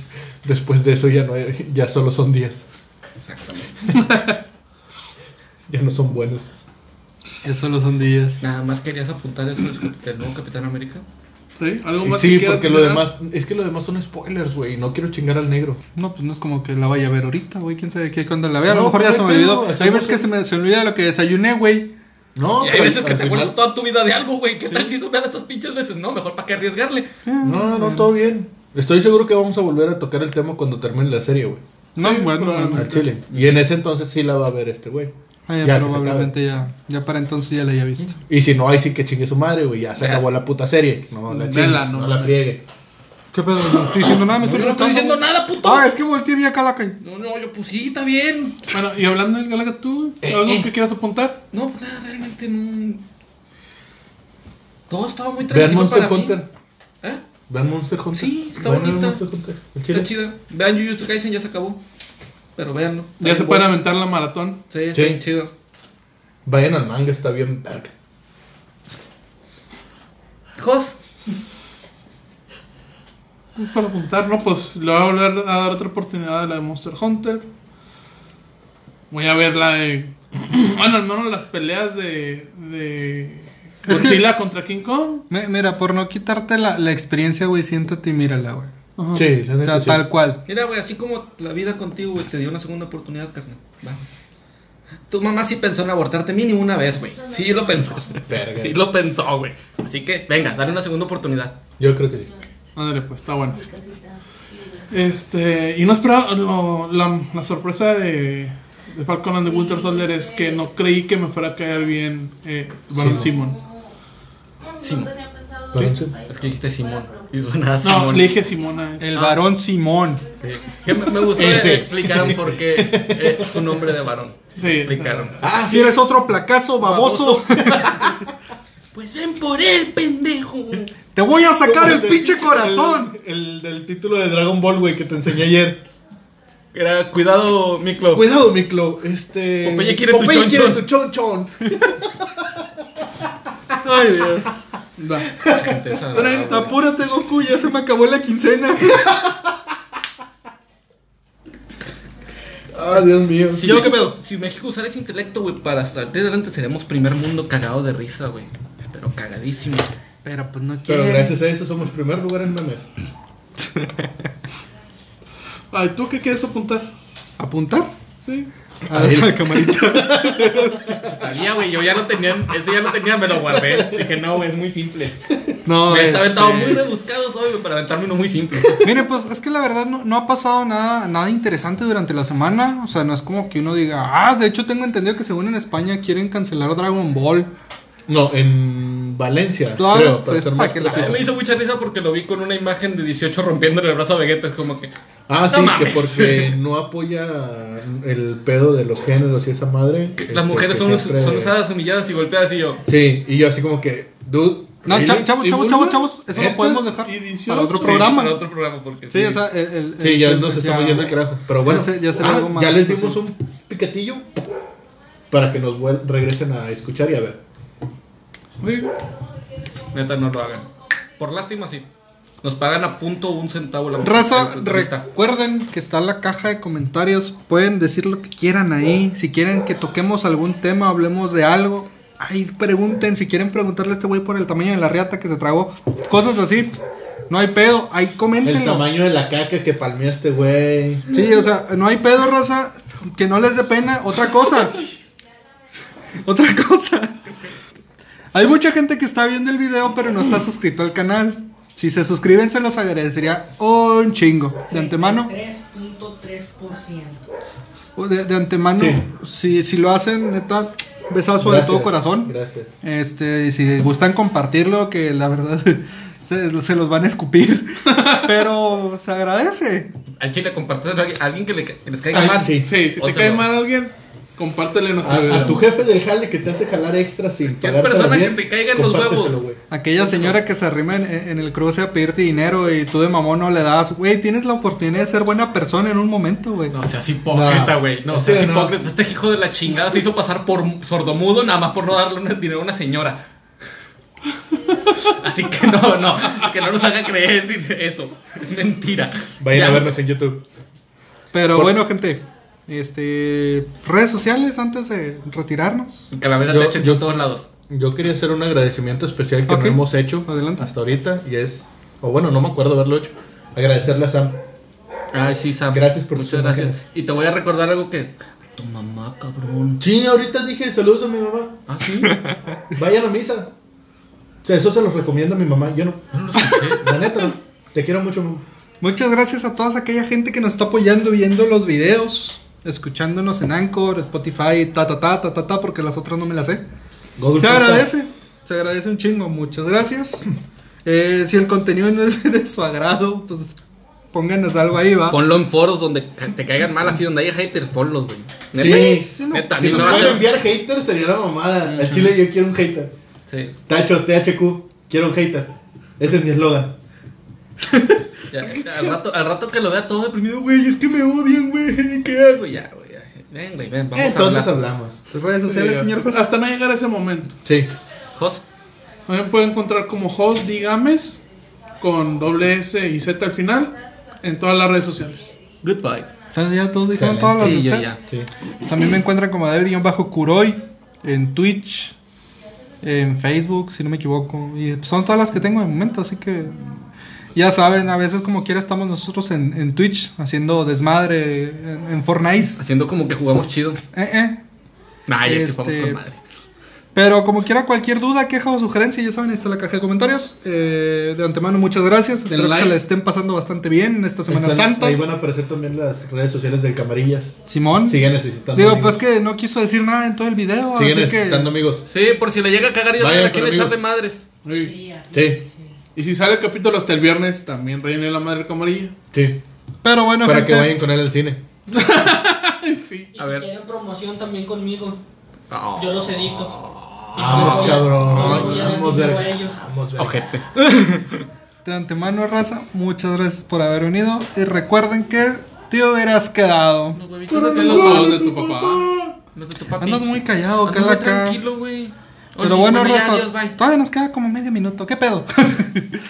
C: Después de eso ya no hay- ya solo son 10.
D: Exactamente.
C: Ya no son buenos.
B: Eso lo son días.
D: Nada más querías apuntar eso del cap- del nuevo Capitán América.
A: Sí, algo
C: Y
A: más que
C: sí,
A: quieras
C: porque lo
A: mencionar?
C: demás, es que lo demás son spoilers, güey. y No quiero chingar al negro.
B: No, pues no es como que la vaya a ver ahorita, güey. Quién sabe qué cuando la vea. A lo
C: No,
B: mejor ya
C: pero
B: se me
C: no hay
B: olvidó.
C: pedo, o sea,
B: Hay
C: no
B: veces que
C: sé.
B: se me se me olvida lo que desayuné, güey.
C: No,
D: y hay
C: pero
D: veces
C: al
D: que te
C: final-
D: acuerdas toda tu vida de algo, güey. ¿Qué tal si es una de esas pinches veces? No, mejor para qué arriesgarle.
C: No, no, todo bien. Estoy seguro que vamos a volver a tocar el tema cuando termine la serie, güey.
B: No,
A: Sí,
B: bueno,
A: probablemente.
B: bueno.
C: Al Chile. Y en ese entonces sí la va a ver este güey.
B: Ah, ya
C: Ya, que se
B: probablemente ya, ya para entonces ya la haya visto.
C: Y si no, ahí sí que chingue su madre, güey. Ya se
D: Ya.
C: acabó la puta serie. No, la chingue.
A: Vela, no
C: no, la
A: mames.
C: friegue.
B: Mm. ¿Qué pedo? No estoy diciendo nada, me estoy
D: Pues No, yo no estoy
B: cortando.
D: diciendo nada, puto.
B: Ah, es que volteé y vi acá la calle.
D: No, no, yo pues sí, está bien.
A: Bueno, y hablando del Galaga, ¿tú algo que quieras apuntar?
D: No, pues nada, realmente no. Todo estaba muy
C: Vean
D: tranquilo
C: Monster
D: para mí.
C: Hunter.
D: ¿Eh?
C: Vean Monster Hunter.
D: Sí, está
C: Vayan a ver
D: bonita.
C: Monster Hunter. Al
D: Está
C: Chile.
D: chida. Vean Jujutsu Kaisen, ya se acabó. Pero véanlo.
A: Ya se pueden
D: para
A: aventar la maratón.
D: Sí, está
C: Sí.
D: bien chido.
C: Vayan al manga, está bien verga.
D: Jos,
A: Para apuntar, no, pues le voy a volver a dar otra oportunidad a la de Monster Hunter. Voy a ver la de. Bueno, al menos las peleas de. de.
B: Es que-
A: Godzilla contra King Kong.
B: Me- mira, por no quitarte la, la experiencia, güey, siéntate y mírala, güey.
A: Ajá.
C: Sí, la
B: O
C: neta.
B: sea,
C: sí.
B: tal cual.
D: mira, güey, así como la vida contigo, güey, te dio una segunda oportunidad, carnal. Va. Tu mamá sí pensó en abortarte mínimo una vez, güey. Sí lo pensó.
C: Verga.
D: Sí lo pensó, güey. Así que, venga, dale una segunda oportunidad.
C: Yo creo que sí.
A: Ándale, pues está bueno.
F: casita.
A: Este. Y no esperaba. lo- la, la sorpresa de. de Falcon and the Winter Soldier es que no creí que me fuera a caer bien. Eh, Baron Simon.
F: No, no
D: Simón.
F: tenía pensado.
C: Sí.
D: Es que dijiste Simón. Y suena
A: No,
D: a Simón.
A: le dije Simona. eh.
D: Ah.
B: El varón Simón.
D: Sí. Que me, me gustó
C: Ese.
D: que explicaron por qué eh, su nombre de varón.
A: Sí.
D: explicaron.
B: Ah, si eres otro placazo baboso,
D: Pues ven por él, pendejo.
B: te voy a sacar el
C: del-
B: pinche corazón.
C: El, el del título de Dragon Ball, güey, que te enseñé ayer.
D: Era, cuidado, Miklo.
C: Cuidado, Miklo. Este.
D: Popeye quiere tu chonchón.
C: quiere tu chonchón.
B: Ay, Dios.
A: Va.
D: Gente esa,
B: Tren,
D: ah,
B: apúrate, Goku, ya se me acabó la quincena.
C: Ah, Dios mío.
D: Si yo qué pedo, si México usara ese intelecto, güey, para salir adelante seríamos primer mundo cagado de risa, güey. Pero cagadísimo.
B: Pero pues no
C: Pero gracias a eso somos primer lugar en memes.
A: Ay, ¿tú qué quieres apuntar?
B: ¿Apuntar?
A: Sí.
B: A la camarita.
D: Sabía, güey, yo ya lo tenía, ese ya lo tenía, me lo guardé. Dije, no, güey, es muy simple.
B: No,
D: Me está
B: este,
D: aventado muy rebuscados hoy, güey, para aventarme uno muy simple.
B: Miren, pues es que la verdad no, no ha pasado nada, nada interesante durante la semana. O sea, no es como que uno diga, ah, de hecho tengo entendido que según en España quieren cancelar Dragon Ball.
C: No, en Valencia.
B: Claro,
C: creo, para
B: pues,
C: ser
B: para
C: más
B: que la-
D: A mí
C: preciso.
D: me hizo mucha risa porque lo vi con una imagen de 18 rompiéndole el brazo a Vegeta. Es como que,
C: Ah, sí,
D: No
C: que
D: mames.
C: porque no apoya el pedo de los géneros y esa madre. este,
D: Las mujeres
C: que
D: son,
C: siempre-
D: son usadas, humilladas y golpeadas y yo.
C: Sí, y yo así como que, dude.
B: No,
C: ¿really?
B: cha- chavos,
A: ¿Y
B: chavos,
A: Bulma?
B: chavos, chavos, eso
C: ¿Neta?
B: lo podemos dejar
A: Y 18.
B: para otro
D: Sí,
B: programa.
D: para otro programa porque
B: Sí, o sea, el, el-
C: Sí, ya
B: el-
C: nos estamos yendo al carajo. Pero
B: Ya
C: bueno, ah, ya,
B: se- ya se le hago más
C: les
B: fácil.
C: dimos un piquetillo para que nos vuel- regresen a escuchar y a ver.
D: neta no lo hagan. Por lástima sí. Nos pagan a punto un centavo la
B: Raza,
D: la entrevista.
B: recuerden que está la caja de comentarios. Pueden decir lo que quieran ahí. Si quieren que toquemos algún tema, hablemos de algo. Ahí pregunten. Si quieren preguntarle a este güey por el tamaño de la riata que se tragó. Cosas así. No hay pedo. Ahí
C: El
B: coméntenlo.
C: tamaño de la caca que palmeaste, güey.
B: Sí, o sea, no hay pedo, raza. Que no les dé pena. Otra cosa. Otra cosa. Hay mucha gente que está viendo el video, pero no está suscrito al canal. Si se suscriben, se los agradecería un chingo. De antemano.
G: 3.3%.
B: Pues De, de antemano,
C: Sí.
B: si, si lo hacen, neta, besazo de
C: Gracias,
B: todo corazón.
C: Gracias.
B: Este, y si gustan compartirlo, que la verdad se, se los van a escupir. Pero se agradece.
D: Al chile compartes a alguien que, le, ca- que les caiga
C: Ay,
D: mal.
C: sí.
A: Sí, si te
D: Ótalo.
A: cae mal alguien, compártele
C: A,
A: nuestra
C: a tu jefe del jale que te hace jalar extra sin
D: Cualquier
C: pagártela
D: persona que
C: bien,
D: te caiga en los
C: compárteselo,
D: huevos.
C: güey.
B: Aquella señora que se arrima en, en el cruce a pedirte dinero y tú de mamón no le das, güey, tienes la oportunidad de ser buena persona en un momento, güey.
D: No seas hipócrita,
C: No.
D: güey. No,
C: Sí,
D: seas
C: no.
D: hipócrita. Este hijo de la chingada se hizo pasar por sordomudo nada más por no darle un- dinero a una señora. Así que no, no, que no nos haga creer eso. Es mentira.
C: Vayan
D: Ya.
C: a vernos en YouTube.
B: Pero
C: Por-
B: bueno, gente, este, redes sociales antes de retirarnos.
D: Calavera
C: Yo-
D: te ha hecho
C: yo-
D: en todos lados.
C: Yo quería hacer un agradecimiento especial que
B: Ok.
C: no hemos hecho
B: Adelante.
C: hasta ahorita y es, o bueno, no me acuerdo haberlo hecho. Agradecerle a Sam.
D: Ay, sí, Sam.
C: Gracias por tus
D: Muchas gracias.
C: imágenes.
D: Y te voy a recordar algo que. Tu mamá, cabrón.
C: Sí, ahorita dije saludos a mi mamá.
D: Ah, sí. Yo
C: Vayan a misa. O sea, eso se los recomiendo a mi mamá. Yo no.
D: no lo escuché.
C: La neta, no. te quiero mucho, mamá.
B: Muchas gracias a toda aquella gente que nos está apoyando viendo los videos, escuchándonos en Anchor, Spotify, ta ta ta ta ta ta, porque las otras no me las sé.
C: Google
B: Se
C: Podcast.
B: agradece, se agradece un chingo, muchas gracias. Eh, si el contenido no es de su agrado, pues pónganos algo ahí, va.
D: Ponlo en foros donde ca- te caigan mal, así donde haya haters. Ponlos, güey.
C: Sí.
B: Sí, no,
D: neta,
C: Si
D: sí,
C: me
D: no va a
C: pueden
D: ser-
C: enviar haters sería la mamada. Al chile yo quiero un hater.
D: Sí.
C: Tacho, THQ, quiero un hater. Ese es mi eslogan.
D: Ya, al, rato, al rato que lo vea todo deprimido, güey, es que me odian, güey, ¿qué hago? Ya, güey, ya. Ven, güey, ven, vamos
C: Entonces
D: a hablar.
C: hablamos.
B: Sus redes sociales, señor José.
A: Hasta no llegar a ese momento.
C: Sí.
D: Jos,
A: A mí me pueden encontrar como host Digames con doble S y Z al final en todas las redes sociales.
D: goodbye.
B: Entonces ya todos dijeron todas
C: Excelente.
B: las
D: Sí, yo
B: ustedes.
D: ya.
C: Sí.
B: Pues a mí me encuentran como David-Kuroy en Twitch, en Facebook, si no me equivoco. Y son todas las que tengo de momento, así que ya saben, a veces como quiera estamos nosotros en, en Twitch haciendo desmadre en, en Fortnite.
D: Haciendo como que jugamos chido.
B: Eh, eh.
D: Nah, ya sí
B: Este-
D: jugamos con madre.
B: Pero como quiera, cualquier duda, queja o sugerencia, ya saben, ahí está la caja de comentarios. Eh, de antemano, muchas gracias. Espero que
D: like.
B: se la estén pasando bastante bien en esta Semana
C: Están-
B: Santa.
C: Ahí van a aparecer también las redes sociales del Camarillas.
B: Simón.
C: Sigue necesitando.
B: Digo,
C: amigos.
B: pues que no quiso decir nada en todo el video.
C: Sigue
B: así que...
C: necesitando amigos.
D: Sí, por si le llega a cagar yo
C: Vaya,
D: a quién
C: pero
D: echar
C: amigos.
D: de madres.
A: Sí.
C: Sí,
A: Y si sale el capítulo hasta el viernes, también rellené la madre camarilla.
C: sí.
B: Pero bueno,
C: Para
B: gente,
C: que vayan con él al cine.
A: Sí.
G: Y
D: A
G: si
D: ver.
G: quieren promoción también conmigo,
D: Oh,
G: yo los edito. Y pues,
C: Vamos,
G: voy a-
C: cabrón.
G: y voy a dar
C: Vamos,
G: dinero
C: verga.
G: a ellos.
C: Vamos, verga.
D: ojete.
B: de antemano, raza, muchas gracias por haber venido. Y recuerden que te hubieras quedado.
D: Los huevitos de
A: Los
D: tu-
A: huevos de tu papá.
D: Los de tu papi.
B: Andas muy callado,
D: Andas
B: cala
D: muy
B: acá.
D: tranquilo, güey. Oye,
B: Pero bueno,
D: ya,
B: raza,
D: adiós, bye.
B: todavía nos queda como medio minuto. ¿Qué pedo?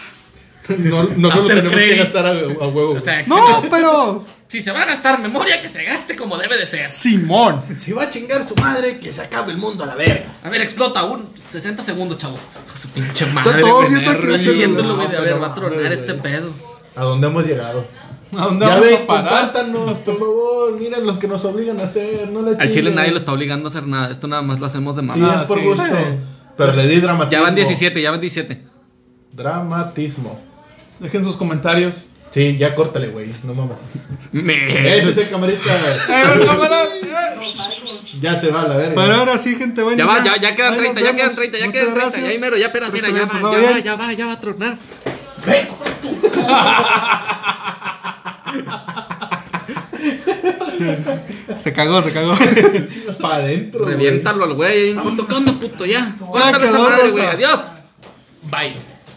C: No, no nos lo
D: After
C: tenemos que
D: credits.
C: gastar a, a huevo.
D: O sea,
B: no, pero.
D: si se va a gastar memoria, que se gaste como debe de ser.
B: Simón.
C: Si va a chingar su madre, que se acabe el mundo a la verga.
D: A ver, explota un 60 segundos, chavos. Su pinche madre.
B: todo
D: güey.
B: viendo aquí el celular.
D: Viéndolo, güey, de a ver, va a
C: No,
D: tronar
C: güey.
D: este pedo.
C: ¿A dónde hemos llegado?
A: ¿A dónde
C: Ya
A: vamos
C: ven,
A: a parar?
C: compártanos, por favor. Miren los que nos obligan a hacer. No la
D: Al chile
C: chinguen.
D: nadie lo está obligando a hacer nada. Esto nada más lo hacemos de
C: Sí,
D: mamada.
C: es por
A: Ah, sí.
C: gusto.
B: Sí.
C: Pero le di dramatismo.
D: ya van 17, ya van 17.
C: Dramatismo.
A: Dejen sus comentarios.
C: Sí, ya córtale, güey. No mames.
D: Me-
C: Ese es el camarista. ya se va a la verga.
B: Pero ahora sí, gente, bueno.
D: Ya, va, ya, ya quedan
B: ahí
D: 30,
B: nos
D: ya
B: vemos.
D: quedan 30, ya
B: Muchas
D: quedan 30. Ya
B: gracias.
D: ahí mero, ya espera,
B: Espero se
D: mira, ya
B: hayan
D: va,
B: pasado
D: ya va,
B: bien.
D: ya va, ya va a tronar.
B: Se cagó, se cagó.
C: Para adentro. güey.
D: Reviéntalo al güey. ahí en corto. ¿Qué onda, puto? Ya.
B: Ah,
D: Cuéntale esa
B: quedó
D: madre,
B: rosa.
D: güey. Adiós. Bye.